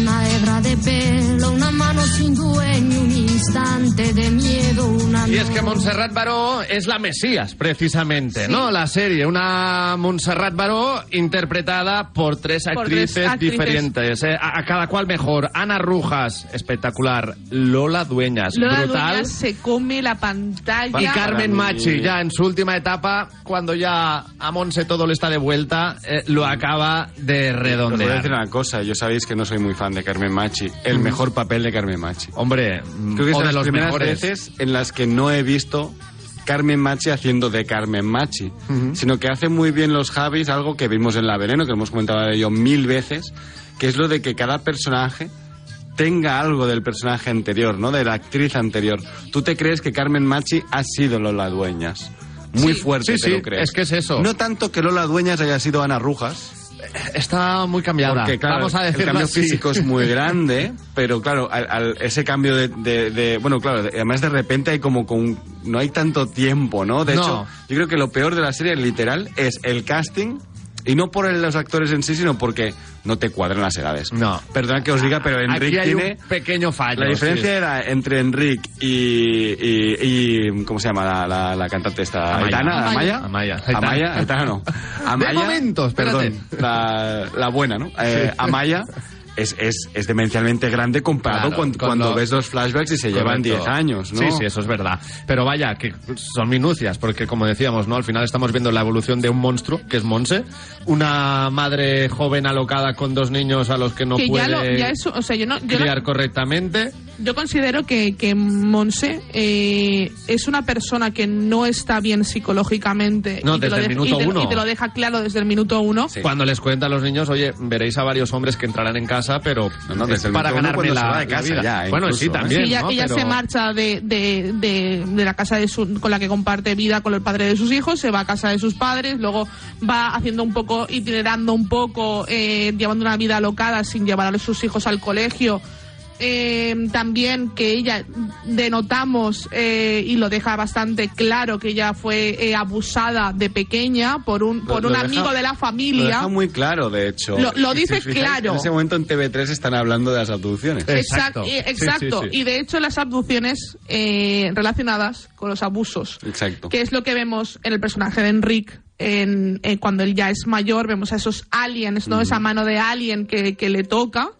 una hebra de pelo, una mano sin dueño, un instante de miedo, una Y es que Montserrat Baró es la Mesías, precisamente, ¿no? La serie, una Montserrat Baró interpretada por tres Por actrices, tres actrices. diferentes, eh, a, a cada cual mejor. Ana Rujas, espectacular. Lola Dueñas, Lola brutal. Dueñas se come la pantalla. Y Carmen Machi, ya en su última etapa, cuando ya a Monse todo le está de vuelta, eh, lo acaba de Os voy a decir redondear. una cosa, yo sabéis que no soy muy fan de Carmen Machi. El Mm. mejor papel de Carmen Machi. Hombre, Creo que es o de de las los primeras mejores. veces en las que no he visto Carmen Machi haciendo de Carmen Machi, sino que hace muy bien los Javis algo que vimos en La Veneno, que hemos comentado de ello mil veces, que es lo de que cada personaje tenga algo del personaje anterior, ¿no? De la actriz anterior. Tú te crees que Carmen Machi ha sido Lola Dueñas. Muy Sí, fuerte sí, te sí, lo crees. es que es eso. No tanto que Lola Dueñas haya sido Ana Rujas, Está muy cambiada. porque, claro, Vamos a el decirlo cambio así. físico es muy grande, pero claro, al, al- ese cambio de, de- de- Bueno, claro, de- además de repente hay como con... No hay tanto tiempo, ¿no? De No. hecho, yo creo que lo peor de la serie, literal, es el casting... Y no por el- los actores en sí, sino porque no te cuadran las edades. No. Perdona que os diga, pero Aquí Enrique hay tiene... un pequeño fallo. La diferencia sí. era entre Enrique y, y- y- ¿Cómo se llama la, la- la cantante esta? Amaya. Aitana, Amaya. Amaya. Amaya. Aitana. Aitana. Aitana no. Amaya. momento, espérate. Perdón. La, la buena, ¿no? Eh, Amaya. Es, es, es demencialmente grande comparado Claro, con, con cuando lo- ves los flashbacks y se llevan Correcto. 10 años, ¿no? Sí, sí, eso es verdad. Pero vaya, que son minucias, porque como decíamos, ¿no? Al final estamos viendo la evolución de un monstruo, que es Monse, una madre joven alocada con dos niños a los que no que puede ya, lo, ya eso, o sea, yo no, yo no- criar correctamente. Yo considero que, que Monse eh, es una persona que no está bien psicológicamente. No, y te desde lo el deja- minuto y te lo- uno. y te lo deja claro desde el minuto uno. Cuando les cuenta a los niños, oye, veréis a varios hombres que entrarán en casa, pero No, no, es desde el para minuto uno ganarme cuando se la, va de la casa vida. ya, bueno, incluso, sí, ¿eh? también. que ya, ¿no? que ya Pero- se marcha de, de- de- de la casa de su, con la que comparte vida con el padre de sus hijos, se va a casa de sus padres, luego va haciendo un poco, itinerando un poco, eh, llevando una vida alocada sin llevar a sus hijos al colegio. Eh, también que ella denotamos eh, y lo deja bastante claro que ella fue eh, abusada de pequeña por un Lo- por lo un deja- amigo de la Lo familia deja muy claro, de hecho. Lo- lo Si dice os fijáis, claro. En ese momento en TV3 están hablando de las abducciones. Exacto, Sí, eh, sí, exacto. sí. y de hecho las abducciones eh, relacionadas con los abusos Exacto. que es lo que vemos en el personaje de Enric en, eh, en cuando él ya es mayor, vemos a esos aliens, ¿no? Esa mano de alien que, que le toca.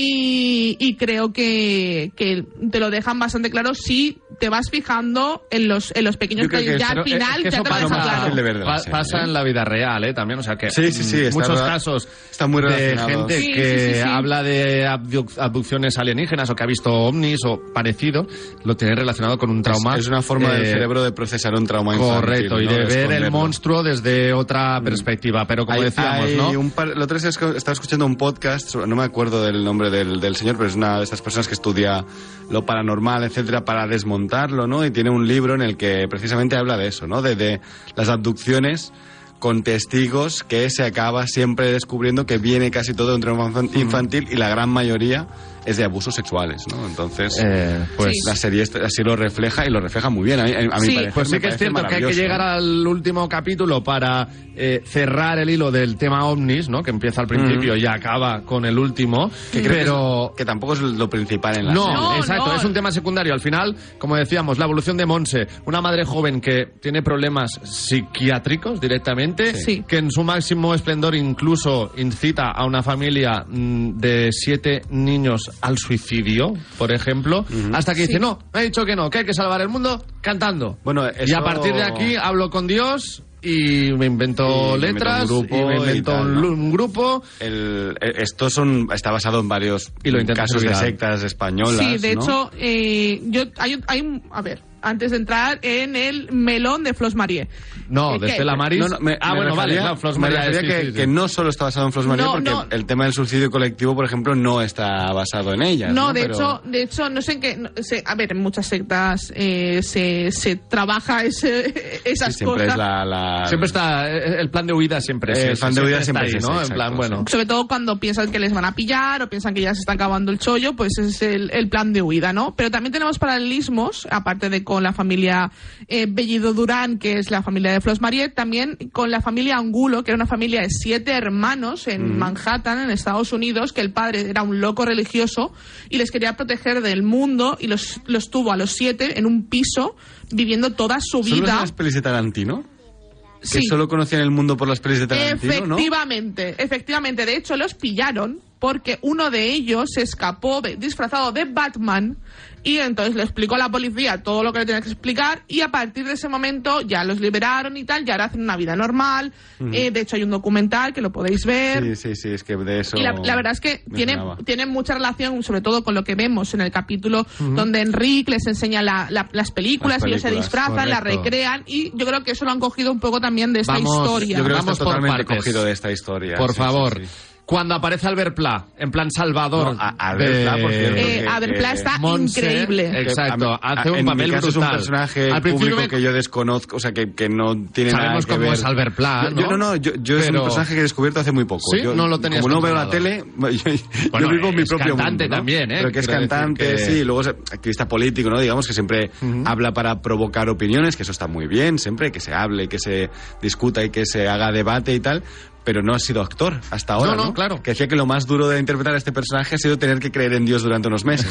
y, y creo que, que te lo dejan bastante claro si te vas fijando en los, en los pequeños Yo creo que detalles. Ya eso- al final es que ya eso te lo dejan pasa- claro. de ver de la Pa- serie, pasa ¿eh? en la vida real, ¿eh? También, o sea que Sí, sí, sí, mm, está muchos rela- casos está muy de relacionado. gente Sí, sí, que sí, sí. habla de abduc- abducciones alienígenas o que ha visto ovnis o parecido, lo tiene relacionado con un trauma. Es, es una forma del eh, cerebro de procesar un trauma infantil, Correcto, y ¿no? de ver el esconderlo. Mm. monstruo desde otra perspectiva. Pero como Hay- decíamos, hay ¿no? un par- lo otro es que esco- estaba escuchando un podcast, sobre- no me acuerdo del nombre del, del señor, pero es una de estas personas que estudia lo paranormal, etcétera, para desmontarlo, ¿no? Y tiene un libro en el que precisamente habla de eso, ¿no? De, de las abducciones con testigos que se acaba siempre descubriendo que viene casi todo de un trauma infan- infantil y la gran mayoría es de abusos sexuales, ¿no? Entonces, Eh, pues- la serie est- así lo refleja y lo refleja muy bien. A mí, a mí sí, parece- pues sí me que es parece cierto que hay que maravilloso. llegar al último capítulo para eh, cerrar el hilo del tema ovnis, ¿no? Que empieza al principio Mm. y acaba con el último. Que creo que pero que tampoco es lo principal en la no, serie. exacto, es un tema secundario. Al final, como decíamos, la evolución de Monse, una madre joven que tiene problemas psiquiátricos directamente, Sí. que en su máximo esplendor incluso incita a una familia mm, de siete niños al suicidio, por ejemplo, hasta que dice, no, me ha dicho que no, que hay que salvar el mundo cantando. Bueno, Y eso- a partir de aquí hablo con Dios y me invento Y me meto letras, un grupo y me y invento tal, un, ¿no? lu- un grupo. El- eh, esto son, está basado en varios Y lo intentas casos de olvidar. sectas españolas. Sí, de ¿no? hecho, eh, yo hay, un- hay un- a ver, antes de entrar en el melón de Flos Marie. No, de ¿Qué? Estela Maris. No, no, me- ah, me bueno, vale, refería- claro, Flos me María, refería sí, que, sí, sí. que no solo está basado en Flos María, No, porque no. el tema del suicidio colectivo, por ejemplo, no está basado en ella. No, de Pero- hecho, de hecho, no sé en qué. no sé, a ver, en muchas sectas eh, se, se trabaja ese, esas Sí, siempre cosas. es la, la- Siempre está, eh, el plan de huida siempre es Ah, El ese, plan de huida está siempre ahí, es ese, ¿no? En exacto, plan, bueno. Sobre todo cuando piensan que les van a pillar o piensan que ya se está acabando el chollo, pues es el, el plan de huida, ¿no? Pero también tenemos paralelismos, aparte de con la familia eh, Bellido Durán, que es la familia de Flos Mariet, también con la familia Angulo, que era una familia de siete hermanos en Manhattan, en Estados Unidos, que el padre era un loco religioso y les quería proteger del mundo y los, los tuvo a los siete en un piso viviendo toda su ¿Solo vida. son las pelis de Tarantino? Sí. Que solo conocían el mundo por las pelis de Tarantino, ¿no? Efectivamente, efectivamente. De hecho, los pillaron porque uno de ellos se escapó ve- disfrazado de Batman y entonces le explicó a la policía todo lo que le tenía que explicar y a partir de ese momento ya los liberaron y tal, ya ahora hacen una vida normal. Ujú. Eh, de hecho, hay un documental que lo podéis ver. Sí, sí, sí, es que de eso. Y la, la verdad es que me tiene, sonaba. tiene mucha relación, sobre todo con lo que vemos en el capítulo Ujú. donde Enrique les enseña la- la- las, películas, Las ellos se películas, disfrazan, las correcto. recrean y yo creo que eso lo han cogido un poco también de esta historia. Yo creo que Vamos está por totalmente partes. cogido de esta historia. Por sí, sí, favor. sí. Cuando aparece Albert Pla, en plan Salvador. No, a- Albert Pla, por cierto, Eh, que- Albert Pla está Montse, increíble. Exacto, A- hace un en mi papel caso brutal. Es un personaje Al principio público me- que yo desconozco, o sea, que, que no tiene nada Sabemos que cómo ver. es Albert Pla, Yo- Yo, ¿no? no, no, yo, yo es un Pero- personaje que he descubierto hace muy poco. ¿Sí? Yo, No lo tenías Como no veo la controlado. tele, yo, yo Bueno, vivo mi es propio cantante mundo, ¿no? también, ¿eh? Pero que es Quiero decir cantante, que- sí, y luego es activista político, ¿no? Digamos que siempre habla para provocar opiniones, que eso está muy bien, siempre que se hable, que se discuta y que se haga debate y tal. Pero no ha sido actor hasta ahora. No, No, no, claro. Que decía que lo más duro de interpretar a este personaje ha sido tener que creer en Dios durante unos meses.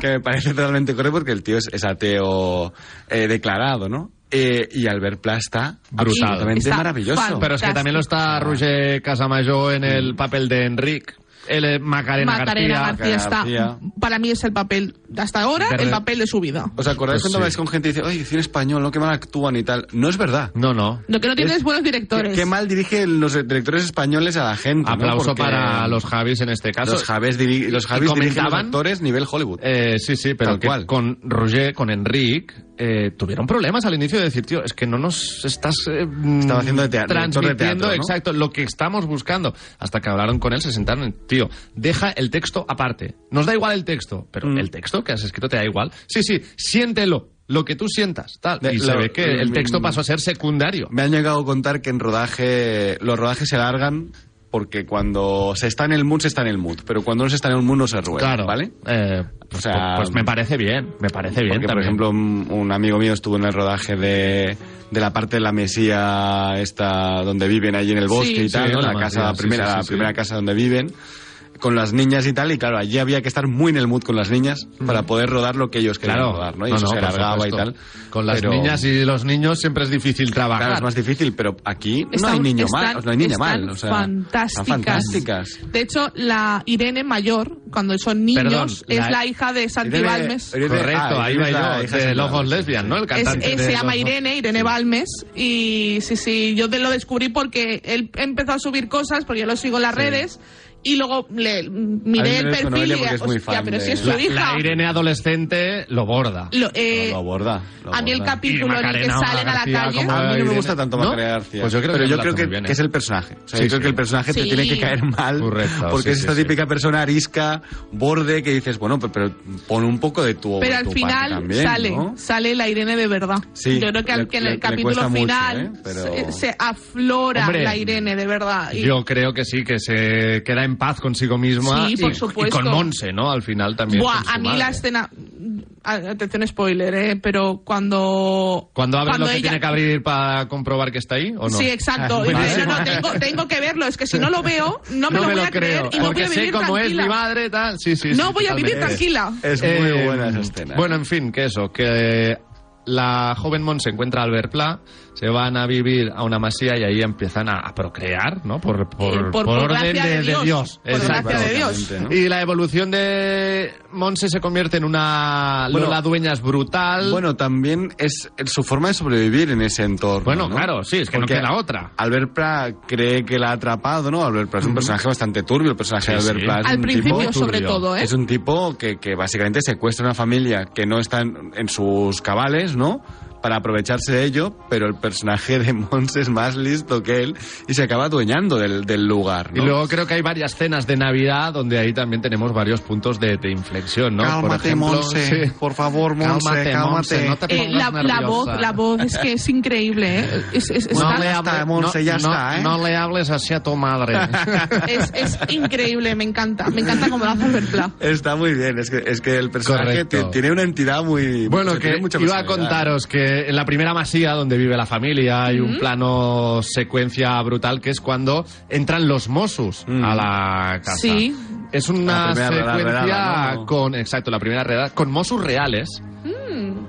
que me parece totalmente correcto porque el tío es, es ateo eh, declarado, ¿no? Eh, y Albert Pla está Brutal. absolutamente Está maravilloso. Pero es que también lo está Roger Casamayo en Mm. el papel de Enric. El eh, Macarena, Macarena García, está, García. para mí es el papel, hasta ahora, De el re- papel de su vida. ¿Os Pues acordáis cuando sí. vais con gente y dice, oye, cine español, no, qué mal actúan y tal? No es verdad. No, no. Lo que no tiene Es- es buenos directores. Qué, qué mal dirigen los directores españoles a la gente. ¿no? Aplauso Porque para los Javis en este caso. Los Javis, diri- los Javis Y dirigen los comentaban- actores nivel Hollywood. Eh, sí, sí, pero Tal que cual. con Roger, con Enric, eh, tuvieron problemas al inicio de decir, tío, es que no nos estás eh, mm, Estaba haciendo de teatro, director de transmitiendo teatro, ¿no? exacto lo que estamos buscando. Hasta que hablaron con él, se sentaron, tío, deja el texto aparte. Nos da igual el texto, pero Mm. el texto que has escrito te da igual. Sí, sí, siéntelo, lo que tú sientas, tal. De- y se lo- ve que el mm, texto pasó a ser secundario. Me han llegado a contar que en rodaje los rodajes se alargan porque cuando se está en el mood, se está en el mood. Pero cuando no se está en el mood, no se rueda, Claro. ¿vale? Eh, O sea, pues me parece bien, me parece bien Porque, por también. ejemplo, un un amigo mío estuvo en el rodaje de, de la parte de la mesía esta donde viven allí en el bosque Sí, y tal, sí, ¿no? la la, Mesía, casa sí, primera, sí, sí, la sí. primera casa donde viven. con las niñas y tal, y claro, allí había que estar muy en el mood con las niñas para poder rodar lo que ellos querían Mm. Claro. rodar, ¿no? Y No, eso no, se por alargaba y supuesto. tal. Con las niñas y los niños siempre es difícil trabajar. Claro, es más difícil, pero aquí Están- no hay niño están- mal, no hay niña están mal. O sea, fantásticas. están fantásticas. De hecho, la Irene mayor, cuando son niños, Perdón, es la- la, hija de Santi Irene- Balmes. Irene- Correcto, ah, ahí Irene va es la yo, hija de sin Los Balmes, Hot Lesbian, ¿no? El Es- cantante. eh, de se llama Los Hot- Irene, Irene Balmes, y sí, sí, yo te lo descubrí porque él empezó a subir cosas, porque yo lo sigo en las redes, y luego le miré A mí me el lo perfil desconoce y porque es muy hostia, fan pero de- si es su la, hija. La Irene adolescente lo borda. Lo- eh, aborda. a mí el Y capítulo en el que Macarena salen a la García, calle... como A mí no Irene. me gusta tanto ¿No? Macarena García. Pues yo creo pero que yo lo creo hace que, muy bien, que ¿eh? es el personaje. O sea, Sí, yo creo sí. que el personaje te Sí. tiene que caer mal. Correcto, Porque sí, es sí, esta sí. típica persona arisca, borde, que dices, bueno, pe- pero, pon un poco de tu Pero de al tu parte final también, sale, ¿no? sale la Irene de verdad. Sí, Yo creo que, al- le- que en le- el le capítulo cuesta mucho, final ¿eh? Pero- se, se aflora Hombre, la Irene de verdad. Y- Yo creo que sí, que se queda en paz consigo misma Sí, y, por y supuesto. con Monse, ¿no? Al final también. ¿eh? Buah, con su a mí madre. la escena. a- Atención, spoiler, ¿eh? Pero cuando. Cuando abre lo que ella- tiene que abrir para comprobar que está ahí, ¿o no? Ah, Sí, exacto. Vale. Y dice, no, no, tengo, tengo que verlo. Es que si no lo veo, no me lo voy a creer. Y no voy porque a sé vivir cómo es tranquila. mi madre, tal. Sí, sí, sí, No voy a vivir totalmente. Eh, tranquila. Es muy buena esa escena. Bueno, en fin, que eso, que la joven Mon se encuentra al Verpla, se van a vivir a una masía y ahí empiezan a, a procrear, ¿no? Por, por, Eh, por- por orden gracia de de, Dios. Por Exacto. gracia de Dios. ¿no? Y la evolución de Monse se convierte en una Bueno, Lola Dueñas brutal. Bueno, también es su forma de sobrevivir en ese entorno. Bueno, ¿no? claro, sí, es que no Porque queda otra. Albert Pla cree que la ha atrapado, ¿no? Albert Pla es un personaje bastante turbio, el personaje de Sí, Albert sí. Pla. es Al un principio, tipo- sobre todo, ¿eh? Es un tipo que, que básicamente secuestra una familia que no está en, en sus cabales, ¿no? Para aprovecharse de ello, pero el personaje de Mons es más listo que él y se acaba adueñando del, del lugar, Y ¿no? luego creo que hay varias cenas de Navidad donde ahí también tenemos varios puntos de, de inflexión, ¿no? Por Cálmate, ejemplo, Monse, sí. por favor, Monse, Cálmate, cálmate. Monse, no te Eh, la, pongas la voz, nerviosa. la voz es que es increíble, ¿eh? Es, es- Pues No está- le hable- no- no- ¿eh? No le hables así a tu madre. es, es increíble, me encanta. Me encanta cómo lo hace Albert Pla. Está muy bien, es que, es que el personaje Correcto. ti- tiene una entidad muy... Bueno, mucho- que tiene mucha iba a personalidad. contaros que en la primera masía donde vive la familia hay un plano secuencia brutal que es cuando entran los Mossus a la casa. Sí. Es una Mm. La primera redada, secuencia redada, ¿no? con, exacto, la primera redada, con Mossus reales,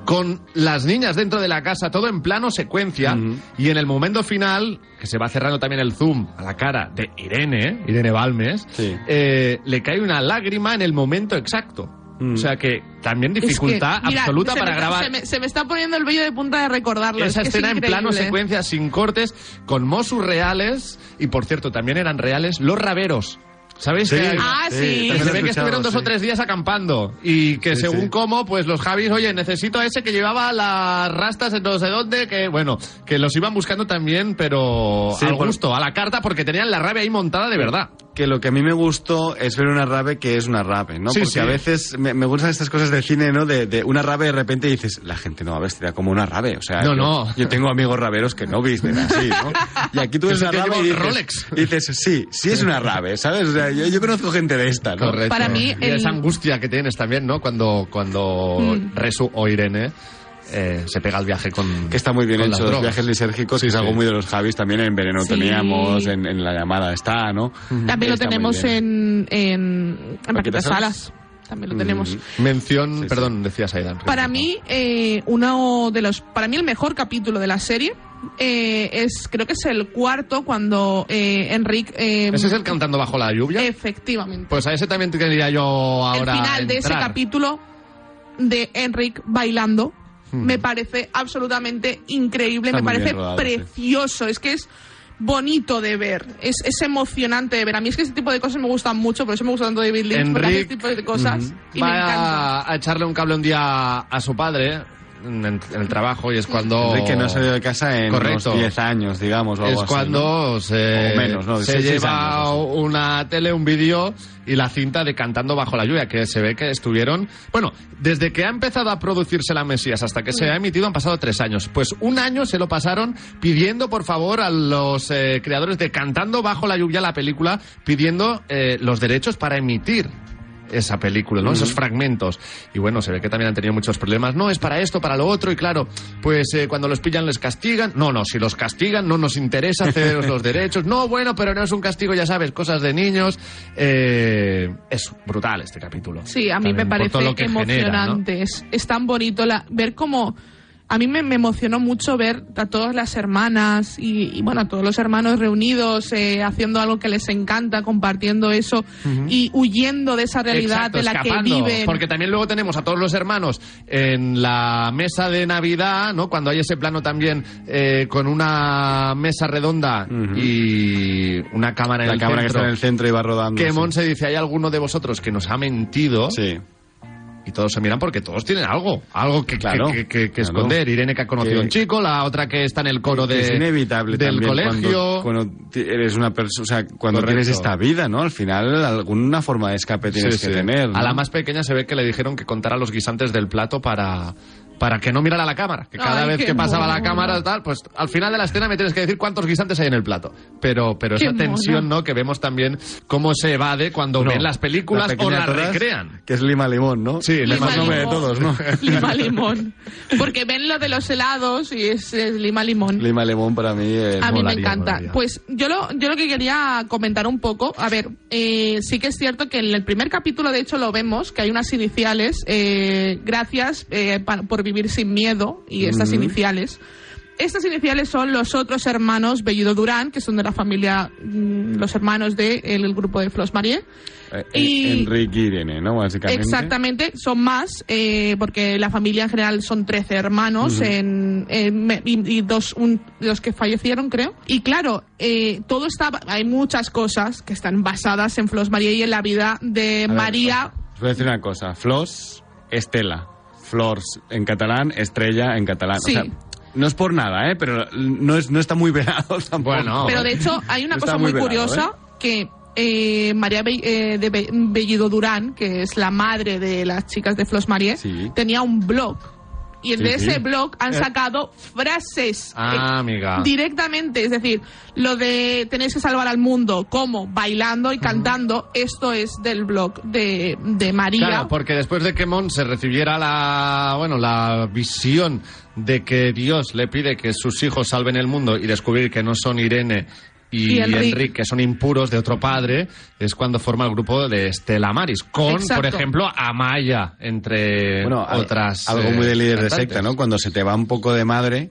con las niñas dentro de la casa, todo en plano secuencia. Y en el momento final, que se va cerrando también el zoom a la cara de Irene, Irene Balmes, eh, le cae una lágrima en el momento exacto. O sea que también Es que, dificultad mira, absoluta se para me- grabar Se me, se me está poniendo el vello de punta de recordarlo. esa es que es escena en plano increíble. secuencia sin cortes con Mosus reales y por cierto también eran reales los raberos ¿Sabéis Sí, que hay- Ah, sí. sí, también Que lo se he ve que escuchado, estuvieron dos o sí. tres días acampando y que Sí, según sí. cómo, pues los Javis, oye, necesito a ese que llevaba las rastas en no sé dónde, que bueno, que los iban buscando también, pero Sí, al por- gusto, a la carta, porque tenían la rabia ahí montada de verdad. que lo que a mí me gustó es ver una rave que es una rave, ¿no? Sí, Porque sí. a veces me, me gustan estas cosas de cine, ¿no? De, de una rave de repente dices, la gente no va vestida como una rave, o sea... No, yo, no. yo tengo amigos raveros que no visten así, ¿no? Y aquí tú ves Eso una que rave y lleva dices, Rolex. dices, sí, sí es una rave, ¿sabes? O sea, yo, yo conozco gente de esta, ¿no? Correcto. Para mí, y el- esa angustia que tienes también, ¿no? Cuando, cuando Mm. Resu o Irene eh, se pega el viaje con. Que está muy bien con las hecho, los drogas. viajes lisérgicos, Sí, que es sí. algo muy de los Javis, también en Veneno Sí. teníamos, en, en La Llamada está, ¿no? También lo Está muy tenemos bien. en, en, en Paquita Paquita Salas. Salas. Mm. También lo tenemos. Mención, perdón, decías Aidan. Para mí, eh, uno de los, para mí el mejor capítulo de la serie eh, es, creo que es el cuarto cuando eh, Enrique. eh, ¿Ese es el cantando bajo la lluvia? Efectivamente. Pues a ese también quería yo ahora. el final de ese entrar. capítulo de Enric bailando me parece absolutamente increíble, Hmm. Está me muy bien parece rodado, sí. precioso, es que es bonito de ver, es, es emocionante de ver. A mí es que ese tipo de cosas me gustan mucho, por eso me gusta tanto David Lynch, porque hace Enric ese este tipo de cosas y va me encanta. a, a echarle un cable un día a su padre en, en el trabajo y es cuando. Enrique no ha salido de casa en Oh. Correcto. unos 10 años, digamos, o algo es así, cuando ¿no? se, O menos, ¿no? se Seis, seis lleva años, o una tele, un vídeo y la cinta de Cantando bajo la lluvia, que se ve que estuvieron... Bueno, desde que ha empezado a producirse la Mesías hasta que se ha emitido han pasado tres años. Pues un año se lo pasaron pidiendo, por favor, a los eh, creadores de Cantando bajo la lluvia, la película, pidiendo eh, los derechos para emitir esa película, ¿no? Ujú. Esos fragmentos. Y bueno, se ve que también han tenido muchos problemas. No, es para esto, para lo otro, y claro, pues eh, cuando los pillan les castigan. No, no, si los castigan no nos interesa cederos los derechos. No, bueno, pero no es un castigo, ya sabes, cosas de niños. Eh, es brutal este capítulo. Sí, a mí También me por parece todo lo que genera, ¿no? emocionante. es, es tan bonito la, ver cómo. A mí me, me emocionó mucho ver a todas las hermanas y, y, bueno, a todos los hermanos reunidos, eh, haciendo algo que les encanta, compartiendo eso Ujú. y huyendo de esa realidad Exacto, de la escapando, que viven. Porque también luego tenemos a todos los hermanos en la mesa de Navidad, ¿no? Cuando hay ese plano también eh, con una mesa redonda y una cámara en La el cámara que centro. está en el centro y va rodando. Que sí. Monse dice, ¿hay alguno de vosotros que nos ha mentido? Sí. Y todos se miran porque todos tienen algo, algo que, que- Claro, que, que- que claro. esconder. Irene que ha conocido a un Que- chico, la otra que está en el coro de, es inevitable del también colegio. cuando, cuando ti- eres una persona, o sea, cuando Correcto. tienes esta vida, ¿no? Al final alguna forma de escape tienes Sí, que sí. tener. A la ¿no? más pequeña se ve que le dijeron que contara los guisantes del plato para, para que no mirara la cámara. Que cada Ay, vez qué que pasaba la mono. cámara, tal, pues al final de la escena me tienes que decir cuántos guisantes hay en el plato. Pero, pero Qué esa tensión, mono. ¿no? Que vemos también cómo se evade cuando No, ven las películas la o pequeña las de todas, recrean. Que es Lima Limón, ¿no? Sí, el Lima más nombre de Limón. todos, ¿no? Lima limón. Porque ven lo de los helados y es, es lima limón. Lima Limón para mí es. A mí me molaría, encanta. molaría. Pues yo lo, yo lo que quería comentar un poco, a ver, eh, sí que es cierto que en el primer capítulo, de hecho, lo vemos, que hay unas iniciales, eh, gracias eh, pa- por vivir sin miedo, y estas Ujú. iniciales. Estas iniciales son los otros hermanos Bellido Durán, que son de la familia, mm, los hermanos del grupo de Flos Marie. Eh, y- Enrique Irene, ¿no? Básicamente. Exactamente, son más, eh, porque la familia en general son 13 hermanos Ujú. en, en- me- y, y dos un- los que fallecieron, creo. Y claro, eh, todo está, hay muchas cosas que están basadas en Flos María y en la vida de ver, María. Os voy a decir una cosa. Flos, Estela. Flors en catalán, estrella en catalán. Sí. O sea, no es por nada, ¿eh? Pero no, es, no está muy velado tampoco. Bueno. pero de hecho, hay una Está cosa muy, muy velado, curiosa ¿eh? que. eh, María Be- eh, de Be- Bellido Durán, que es la madre de las chicas de Flos Marie, Sí. tenía un blog. Y Sí, de sí. ese blog han Eh. sacado frases eh, Ah, amiga. directamente, es decir, lo de tenéis que salvar al mundo, ¿cómo? Bailando y cantando, esto es del blog de, de María. Claro, porque después de que se recibiera la, bueno, la visión de que Dios le pide que sus hijos salven el mundo y descubrir que no son Irene Y y, Enric. Enrique, que son impuros de otro padre, es cuando forma el grupo de Estela Maris, con, Exacto. por ejemplo, Amaya, entre Bueno, al- otras. algo eh, muy de líder de cantantes. secta, ¿no? Cuando se te va un poco de madre,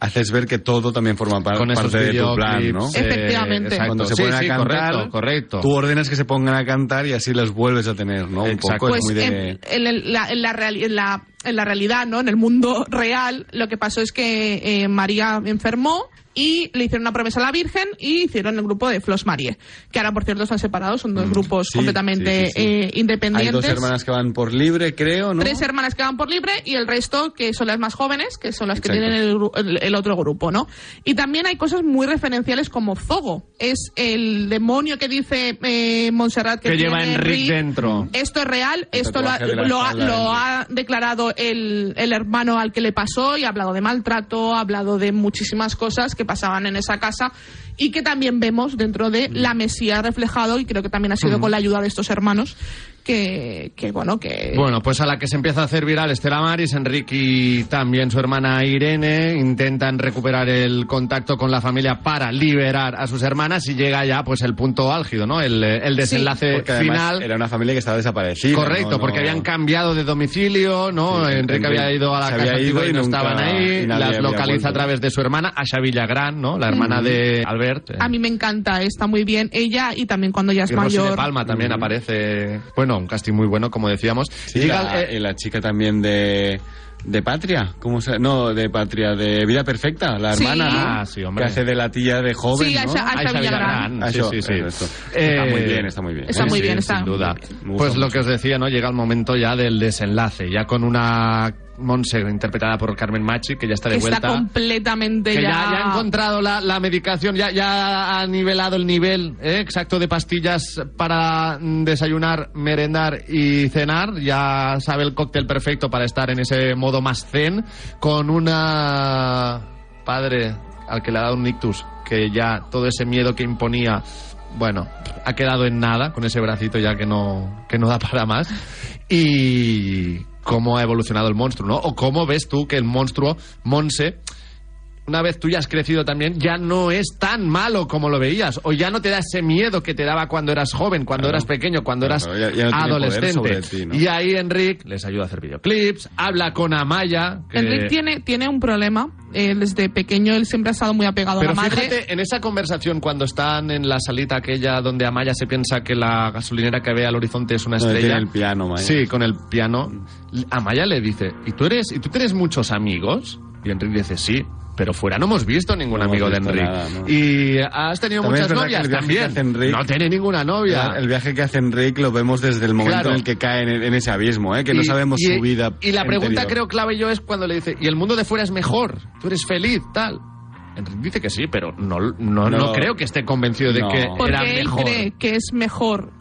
haces ver que todo también forma par- Con esos parte de tu plan, videoclips, ¿no? eh, Efectivamente. exacto. Cuando se Sí, ponen sí, a cantar, correcto, correcto. tú ordenas que se pongan a cantar y así los vuelves a tener, ¿no? Un poco Pues es muy de... en, en el- la, en la reali- en la- en la realidad, ¿no? En el mundo real, lo que pasó es que eh, María enfermó y le hicieron una promesa a la Virgen y hicieron el grupo de Flos Marie, que ahora, por cierto, están separados, son dos grupos Mm, sí, completamente sí, sí, sí. eh, Hay independientes. dos hermanas que van por libre, creo, ¿no? Tres hermanas que van por libre y el resto que son las más jóvenes, que son las que Exacto. tienen el, gru- el- el otro grupo, ¿no? Y también hay cosas muy referenciales como Zogo. Es el demonio que dice eh, Montserrat que, Que lleva tiene Enric Enric. dentro. Esto es real, El esto lo ha, tatuaje de la lo ha- espalda lo de ha declarado el, el hermano al que le pasó y ha hablado de maltrato, ha hablado de muchísimas cosas que pasaban en esa casa y que también vemos dentro Mm. de la Mesía reflejado y creo que también ha sido con la ayuda de estos hermanos que, que bueno, que Bueno, pues a la que se empieza a hacer viral Estela Maris, Enrique y también su hermana Irene intentan recuperar el contacto con la familia para liberar a sus hermanas y llega ya pues el punto álgido, ¿no? El, eh, el desenlace Porque además final. Era una familia que estaba desaparecida. Correcto, ¿no? No- porque habían cambiado de domicilio, ¿no? Sí, Enrique había Enrique ido a la se casa había ido antigua y y no nunca- estaban ahí. y nadie Las había localiza vuelto. a través de su hermana, Asha Villagrán, ¿no? La hermana de Albert. eh, a mí me encanta, está muy bien ella y también cuando ya es Y Rosy de mayor. Palma también Ujú. aparece. Bueno, un casting muy bueno, como decíamos. Mm. Sí, Llega la, el- y la chica también de... ¿De Patria? ¿Cómo se No, de Patria, de Vida Perfecta, la Sí. hermana Ah, sí, hombre. que hace de la tía de joven, Sí, ¿no? Asha- Asha Aisha Villagrán. Villagrán. Ah, Sí, eso, sí, Eh, sí. eso. Está muy bien, está muy bien. Está muy Sí, bien, sí, está Sin duda. Me gusta Pues lo mucho. que os decía, ¿no? Llega el momento ya del desenlace, ya con una Monse interpretada por Carmen Machi, que ya está de Está vuelta. completamente que ya, ya... ya ha encontrado la, la medicación, ya, ya ha nivelado el nivel ¿eh? exacto de pastillas para mm, desayunar, merendar y cenar. Ya sabe el cóctel perfecto para estar en ese modo más zen, con una padre al que le ha dado un ictus, que ya todo ese miedo que imponía bueno, ha quedado en nada con ese bracito ya que no, que no da para más. Y cómo ha evolucionado el monstruo, ¿no? O cómo ves tú que el monstruo, Monse, una vez tú ya has crecido también, ya no es tan malo como lo veías. O ya no te da ese miedo que te daba cuando eras joven, cuando eras pequeño, cuando Claro, ya- eras ya no tiene poder adolescente. sobre ti, ¿no? Y ahí Enric les ayuda a hacer videoclips, habla con Amaya. que- Enric tiene, tiene un problema. Eh, desde pequeño él siempre ha estado muy apegado a Pero la madre. fíjate, en esa conversación cuando están en la salita aquella donde Amaya se piensa que la gasolinera que ve al horizonte es una Donde estrella. tiene el piano, Amaya. Sí, con el piano. Amaya le dice, ¿y tú eres, y tú tienes muchos amigos? Y Enrique dice, sí. Pero fuera no hemos visto ningún No hemos amigo de visto Enrique. nada, ¿no? Y has tenido También muchas es verdad novias que el viaje que también. hace Enric- no tiene ninguna novia. El viaje que hace Enrique lo vemos desde el momento Claro. en el que cae en, en ese abismo, ¿eh? que no Y- sabemos y- su vida. Y la pregunta anterior. creo clave yo es cuando le dice, y el mundo de fuera es mejor, tú eres feliz, tal. Enrique dice que sí, pero no, no, no, No. creo que esté convencido de No. que Porque era él mejor. cree que es mejor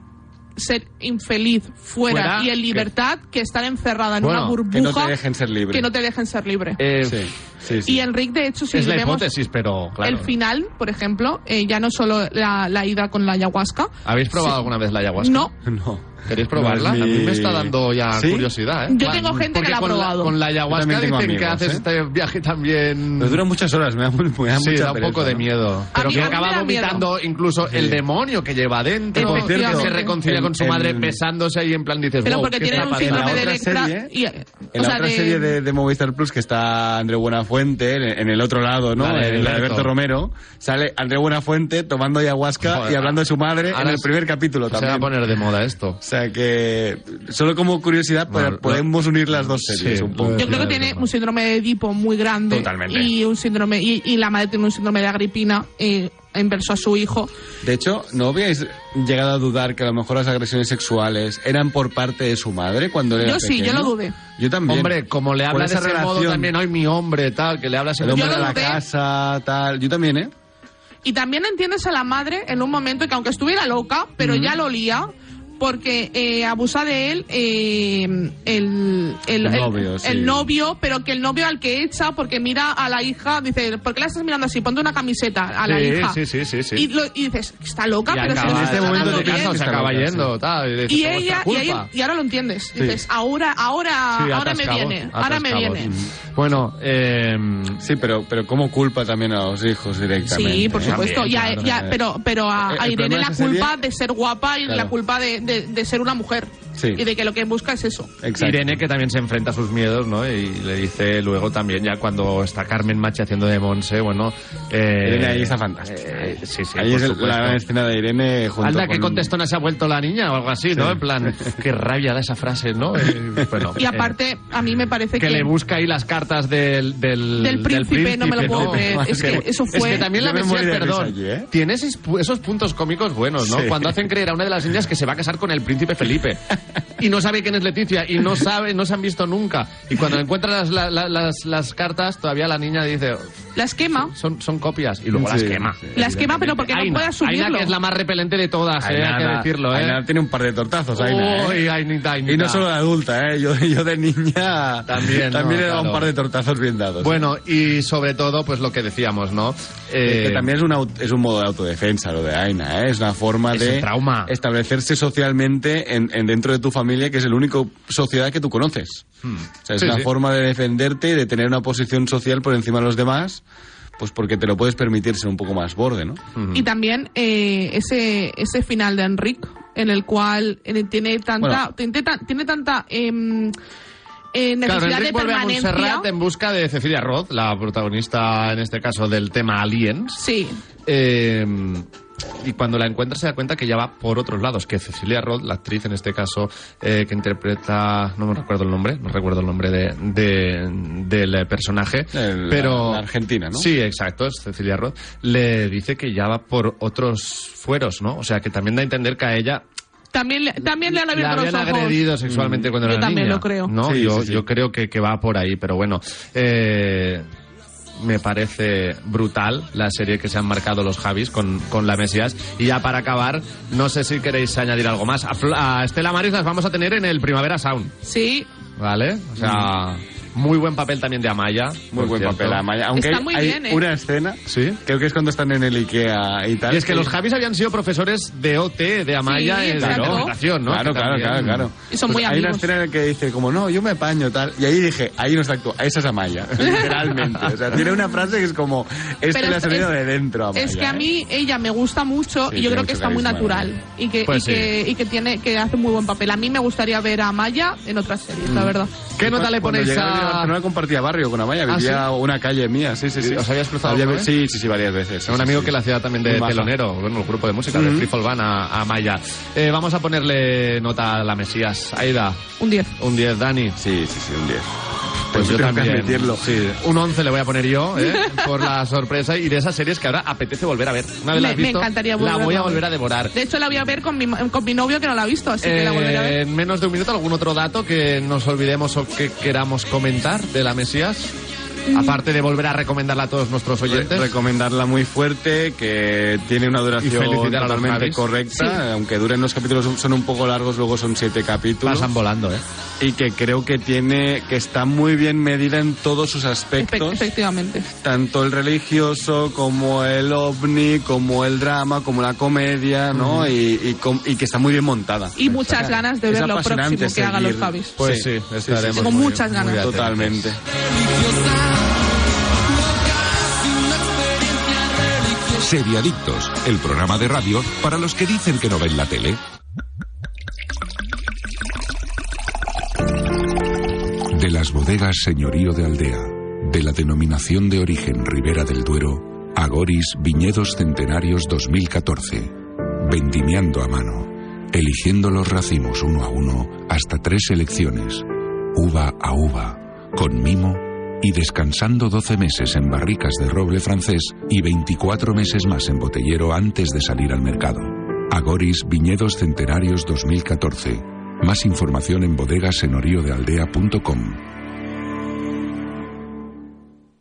ser infeliz fuera, Fuera, y en que- libertad que, estar encerrada en Bueno, una que burbuja no te dejen ser libre. que no te dejen ser libre. Eh, Sí, sí, sí. Y Enric, de hecho, si es la vemos hipótesis, pero claro. el final, por ejemplo, eh, ya no solo la, la ida con la ayahuasca. ¿Habéis probado Sí. alguna vez la ayahuasca? No. No. ¿Queréis probarla? No es A mí mi- me está dando ya ¿Sí? curiosidad, ¿eh? Yo Claro, tengo gente que porque la ha con probado. con la Yo ayahuasca también dicen tengo que amigos, haces ¿eh? este viaje también... Nos dura muchas horas, me da, muy- me da Sí, mucha da un pereza, poco de ¿no? miedo. Pero mí- a que mí me acaba da miedo. vomitando incluso el demonio que lleva dentro. Que, por Que cierto, se reconcilia en- con su madre en- besándose ahí en plan dices... Pero "Wow, porque qué tienen un tapadera". síndrome de otra Electra. serie, y- En o la sea, otra de- serie de, de Movistar Plus que está André Buenafuente, en, en el otro lado, ¿no? La de en la de Alberto. Alberto Romero, sale André Buenafuente tomando ayahuasca Joder, y hablando de su madre ahora en el es- primer capítulo Se va a también. poner de moda esto. O sea que, solo como curiosidad, para- Bueno, lo- podemos unir las dos series Sí, un poco. lo- Yo creo que tiene un síndrome de Edipo muy grande. Totalmente. Y, un síndrome, y, y la madre tiene un síndrome de Agripina eh, inverso a su hijo. De hecho, ¿no habíais llegado a dudar que a lo mejor las agresiones sexuales eran por parte de su madre cuando él era Yo sí, yo pequeño? lo dudé. Yo también. Hombre, como le Por habla de esa ese modo relación, también, hoy mi hombre, tal, que le hablas El en hombre Yo lo de la dudé. casa, tal. Yo también, ¿eh? Y también entiendes a la madre en un momento que aunque estuviera loca, pero ya lo olía, porque eh, abusa de él eh, el, el, El el- novio, sí. el novio, pero que el novio al que echa, porque mira a la hija, dice, ¿por qué la estás mirando así? Ponte una camiseta a la Sí, hija. sí, sí, sí, sí. Y, lo- y dices, está loca, Y pero si acaba- lo en está este momento tratando te bien". casas se está acaba loca, yendo, sí. tal, y dices, Y "Fue ella, vuestra y, culpa". ella- y ahora lo entiendes. Sí. Dices, ahora, ahora, Sí, Ah, ahora me atascabos, viene, ahora me atascabos. viene. Bueno, eh, Mm. Sí, pero, pero ¿cómo culpa también a los hijos directamente? Sí, por ¿eh? supuesto. También, ya, claro, ya, eh. pero, pero a, El- a el Irene problema la de esa serie- culpa de ser guapa y Claro. la culpa de, de- de ser una mujer. Sí. Y de que lo que busca es eso. Exacto. Irene que también se enfrenta a sus miedos, ¿no? Y le dice luego también ya cuando está Carmen Machi haciendo de Monse, bueno... Eh, Irene ahí está fantástica. eh, sí, sí, Ahí por es el- supuesto. la gran escena de Irene junto Anda, con... que contestona se ha vuelto la niña o algo así, ¿no? En plan, qué rabia da esa frase, ¿no? Eh, bueno, Y eh, aparte, a mí me parece que, que. le busca ahí las cartas del, del, Del príncipe, no me lo puedo creer. Es que eso Es fue- que también Yo la me Mesías, morí de risa perdón, allí, ¿eh? tiene esos, pu- esos puntos cómicos buenos, ¿no? Sí. Cuando hacen creer a una de las niñas que se va a casar con el príncipe Felipe y no sabe quién es Leticia y no sabe, no se han visto nunca. Y cuando encuentran las, la- la- las, las cartas, todavía la niña dice, Las quema. son, son copias y luego las Sí, quema. sí. Las quema, pero porque Aina, no puede asumirlo. Aina, que es la más repelente de todas, eh, hay que Ainara- decirlo, ¿eh? Ainara tiene un par de tortazos, Aina, ¿eh? Uy, Ainita, Ainita. Y no solo de adulta, ¿eh? Yo, yo de niña También, no, le daba claro. un par de tortazos bien dados. Bueno, y sobre todo, pues lo que decíamos, ¿no? Eh, Eh, que también es, una aut- es un modo de autodefensa lo de Aina, ¿eh? es una forma Es de un trauma. establecerse socialmente en, en dentro de tu familia, que es la única sociedad que tú conoces. O sea, hmm, es Sí, una sí. forma de defenderte y de tener una posición social por encima de los demás, pues porque te lo puedes permitir ser un poco más borde, ¿no? Y también eh, ese, ese final de Enric, en el cual eh, tiene tanta. Bueno. Tiene, tan- tiene tanta. em, eh, Claro, necesidad Enric de vuelve a permanencia. Montserrat en busca de Cecilia Roth, la protagonista en este caso del tema Aliens. Sí. Eh, y cuando la encuentra se da cuenta que ya va por otros lados, que Cecilia Roth, la actriz en este caso, eh, que interpreta, no me recuerdo el nombre, no recuerdo el nombre de, de- del eh, personaje, El- pero... la- la argentina, ¿no? Sí, exacto, es Cecilia Roth, le dice que ya va por otros fueros, ¿no? O sea, que también da a entender que a ella También, le- también le han abierto la los habían ojos. Mm. agredido sexualmente cuando Yo era también niña. lo creo. No, Sí, yo, sí, sí. yo creo que, que va por ahí, pero bueno. eh, me parece brutal la serie que se han marcado los Javis con, con la Mesías. Y ya para acabar, no sé si queréis añadir algo más. A, Fl- a Estela Maris las vamos a tener en el Primavera Sound, Sí, ¿vale? O sea, Muy buen papel también de Amaya. Mm. Muy buen papel Amaya. Aunque Está hay, muy hay bien, ¿eh? una escena, ¿Sí? creo que es cuando están en el Ikea y tal. Y es que los Javis habían sido profesores de OT, de Amaya, Sí, en claro. la presentación, ¿no? Claro, Que claro, también- claro, claro. Pues Y son muy Hay una amigos. escena en la que dice, como, no, yo me apaño, tal. Y ahí dije, ahí no está actuando, esa es Amaya, literalmente. O sea, tiene una frase que es como, esto Pero Este le ha es- salido es- de dentro, Amaya. es que a ¿eh? mí ella me gusta mucho Sí, y yo tiene creo que mucho está muy carisma, natural y que, Pues y sí. que, y que tiene que hace muy buen papel. A mí me gustaría ver a Maya en otras series, la Mm. verdad. ¿Qué nota le Cuando ponéis llegué a- a Barcelona compartía barrio con Amaya, Ah, vivía ¿sí? una calle mía, sí, sí, sí. ¿Os habías cruzado Había- alguna vez? Sí, sí, sí, varias veces. sí, un sí, amigo sí. que le hacía también de Muy maja. telonero, bueno, el grupo de música de Ujú. Free Fall Band a, a Maya. Eh, vamos a ponerle nota a la Mesías. Aida. Un 10. Un 10, Dani. Sí, sí, sí, un 10. Pues yo Tengo que también. admitirlo. Sí, un 11 le voy a poner yo, ¿eh? por la sorpresa y de esas series que ahora apetece volver a ver. Una vez la Me, has me visto, encantaría la volverla voy a ver. volver a devorar. De hecho, la voy a ver con mi, con mi novio que no la ha visto, así que la volveré a ver. Eh, en menos de un minuto, ¿algún otro dato que nos olvidemos o que queramos comentar de la Mesías? Mm. Aparte de volver a recomendarla a todos nuestros oyentes. recomendarla muy fuerte, que tiene una duración Y felicitar a los totalmente Javis. correcta, Sí. aunque duren los capítulos, son un poco largos, luego son siete capítulos. Pasan volando, ¿eh? Y que creo que tiene, que está muy bien medida en todos sus Efe- aspectos, Efectivamente. tanto el religioso como el ovni, como el drama, como la comedia, ¿no? y, y com- y que está muy bien montada. Y muchas Está- ganas de Pues es ver lo apasionante próximo que hagan los seguir. Javis. Pues sí, estaremos Tengo muy- muchas muy ganas. atentos. Totalmente. Seriadictos, el programa de radio para los que dicen que no ven la tele. De las bodegas Señorío de Aldea, de la denominación de origen Ribera del Duero, Agoris Viñedos Centenarios 2014. Vendimiando a mano, eligiendo los racimos uno a uno hasta tres elecciones, uva a uva, con mimo y descansando 12 meses en barricas de roble francés y 24 meses más en botellero antes de salir al mercado. Agoris Viñedos Centenarios 2014. Más información en bodegasenoriodealdea.com.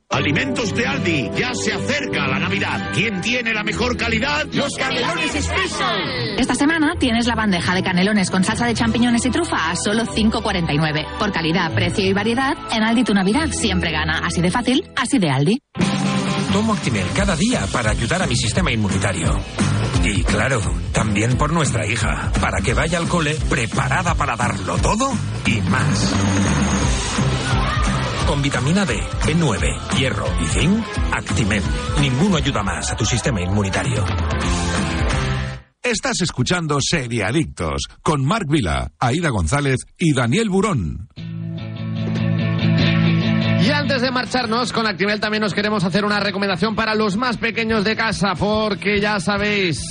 Alimentos de Aldi, ya se acerca la Navidad. ¿Quién tiene la mejor calidad? Los canelones Special. Esta semana tienes la bandeja de canelones con salsa de champiñones y trufa a solo 5,49. Por calidad, precio y variedad, en Aldi tu Navidad siempre gana. Así de fácil, así de Aldi. Tomo Actimel cada día para ayudar a mi sistema inmunitario. Y claro, también por nuestra hija, para que vaya al cole preparada para darlo todo y más. Con vitamina D, B9, hierro y zinc, Actimel. Ninguno ayuda más a tu sistema inmunitario. Estás escuchando Seriadictos con Marc Vila, Aida González y Daniel Burón. Y antes de marcharnos con Actimel también nos queremos hacer una recomendación para los más pequeños de casa, porque ya sabéis,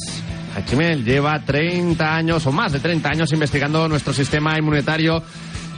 Actimel lleva 30 años o más de 30 años investigando nuestro sistema inmunitario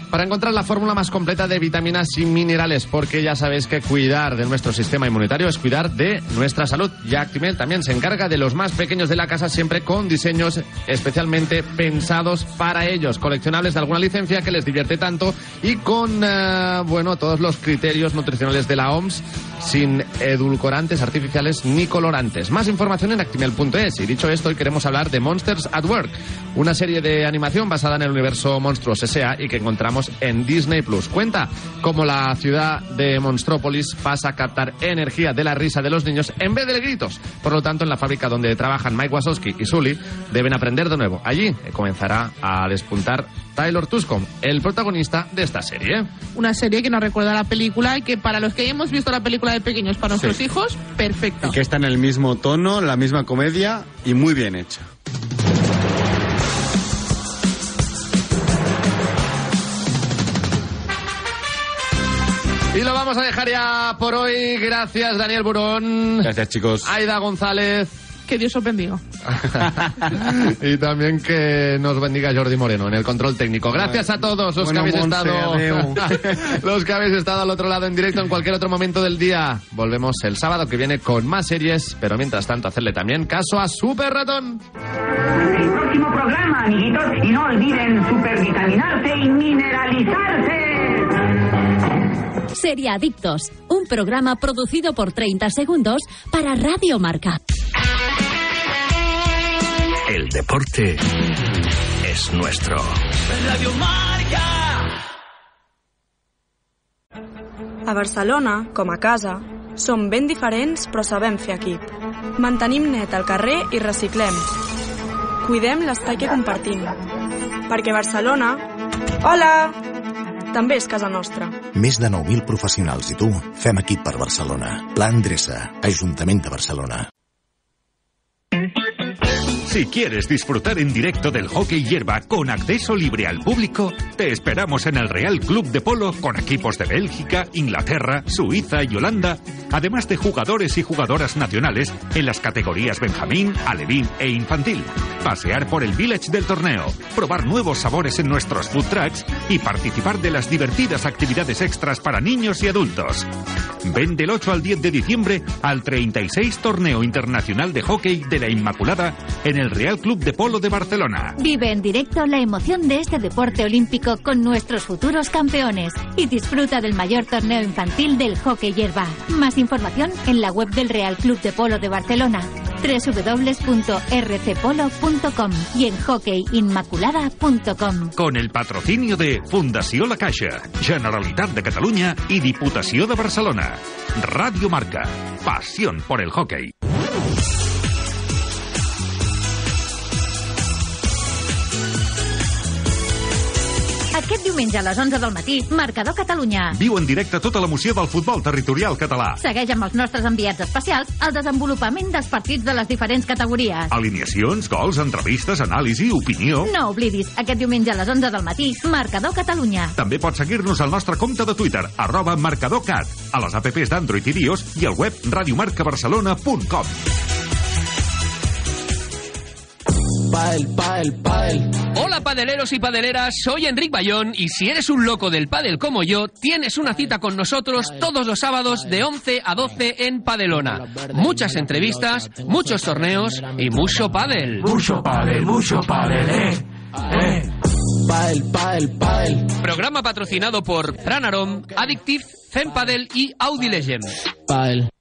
para encontrar la fórmula más completa de vitaminas y minerales, porque ya sabéis que cuidar de nuestro sistema inmunitario es cuidar de nuestra salud. Y Actimel también se encarga de los más pequeños de la casa, siempre con diseños especialmente pensados para ellos, coleccionables de alguna licencia que les divierte tanto y con, eh, bueno, todos los criterios nutricionales de la OMS, sin edulcorantes artificiales ni colorantes. Más información en actimel.es. Y dicho esto, hoy queremos hablar de Monsters at Work, una serie de animación basada en el universo Monstruos S.A. y que encontramos en Disney Plus. Cuenta cómo la ciudad de Monstrópolis pasa a captar energía de la risa de los niños en vez de gritos. Por lo tanto, en la fábrica donde trabajan Mike Wazowski y Sully, deben aprender de nuevo. Allí eh, comenzará a despuntar Tyler Tuscom, el protagonista de esta serie. Una serie que nos recuerda a la película y que para los que hemos visto la película de pequeños para nuestros Sí. hijos, perfecta. Y que está en el mismo tono, la misma comedia y muy bien hecha. Y lo vamos a dejar ya por hoy. Gracias, Daniel Burón. Gracias, chicos. Aida González. Que Dios os bendiga. y también que nos bendiga Jordi Moreno en el control técnico. Gracias a todos los Bueno, que habéis Montse, estado. los que habéis estado al otro lado en directo en cualquier otro momento del día. Volvemos el sábado que viene con más series, pero mientras tanto hacerle también caso a Super Ratón. El próximo programa, amiguitos, y no olviden supervitaminarse y mineralizarse. Seriadictos, un programa producido por 30 segundos para Radio Marca. El deporte es nuestro. A Barcelona, com a casa, som ben diferents però sabem fer equip. Mantenim net el carrer i reciclem. Cuidem l'espai que compartim. Perquè Barcelona... Hola! També és casa nostra. Més de 9.000 professionals i tu fem equip per Barcelona. Pla Andresa, Ajuntament de Barcelona. Si quieres disfrutar en directo del hockey hierba con acceso libre al público, te esperamos en el Real Club de Polo con equipos de Bélgica, Inglaterra, Suiza y Holanda, además de jugadores y jugadoras nacionales en las categorías Benjamín, Alevín e Infantil. Pasear por el village del torneo, probar nuevos sabores en nuestros food trucks y participar de las divertidas actividades extras para niños y adultos. Ven del 8 al 10 de diciembre al 36 Torneo Internacional de Hockey de la Inmaculada en el Real Club de Polo de Barcelona. Vive en directo la emoción de este deporte olímpico con nuestros futuros campeones y disfruta del mayor torneo infantil del hockey hierba. Más información en la web del Real Club de Polo de Barcelona www.rcpolo.com y en hockeyinmaculada.com. Con el patrocinio de Fundació La Caixa, Generalitat de Catalunya i Diputació de Barcelona. Radio Marca, pasión por el hockey. Aquest diumenge a les 11 del matí, Marcador Catalunya. Viu en directe tota l'emoció del futbol territorial català. Segueix amb els nostres enviats especials el desenvolupament dels partits de les diferents categories. Alineacions, gols, entrevistes, anàlisi, opinió... No oblidis, aquest diumenge a les 11 del matí, Marcador Catalunya. També pots seguir-nos al nostre compte de Twitter, arroba marcadorcat, a les apps d'Android i iOS i al web radiomarcabarcelona.com. Padel, padel, padel. Hola padeleros y padeleras, soy Enric Bayón y si eres un loco del padel como yo, tienes una cita con nosotros todos los sábados de 11 a 12 en Padelona. Muchas entrevistas, muchos torneos y mucho padel. Mucho padel, mucho padel, eh. eh. Padel, padel, padel. Programa patrocinado por Pranarom, Addictive, Zen Padel y Audi Legends. Padel.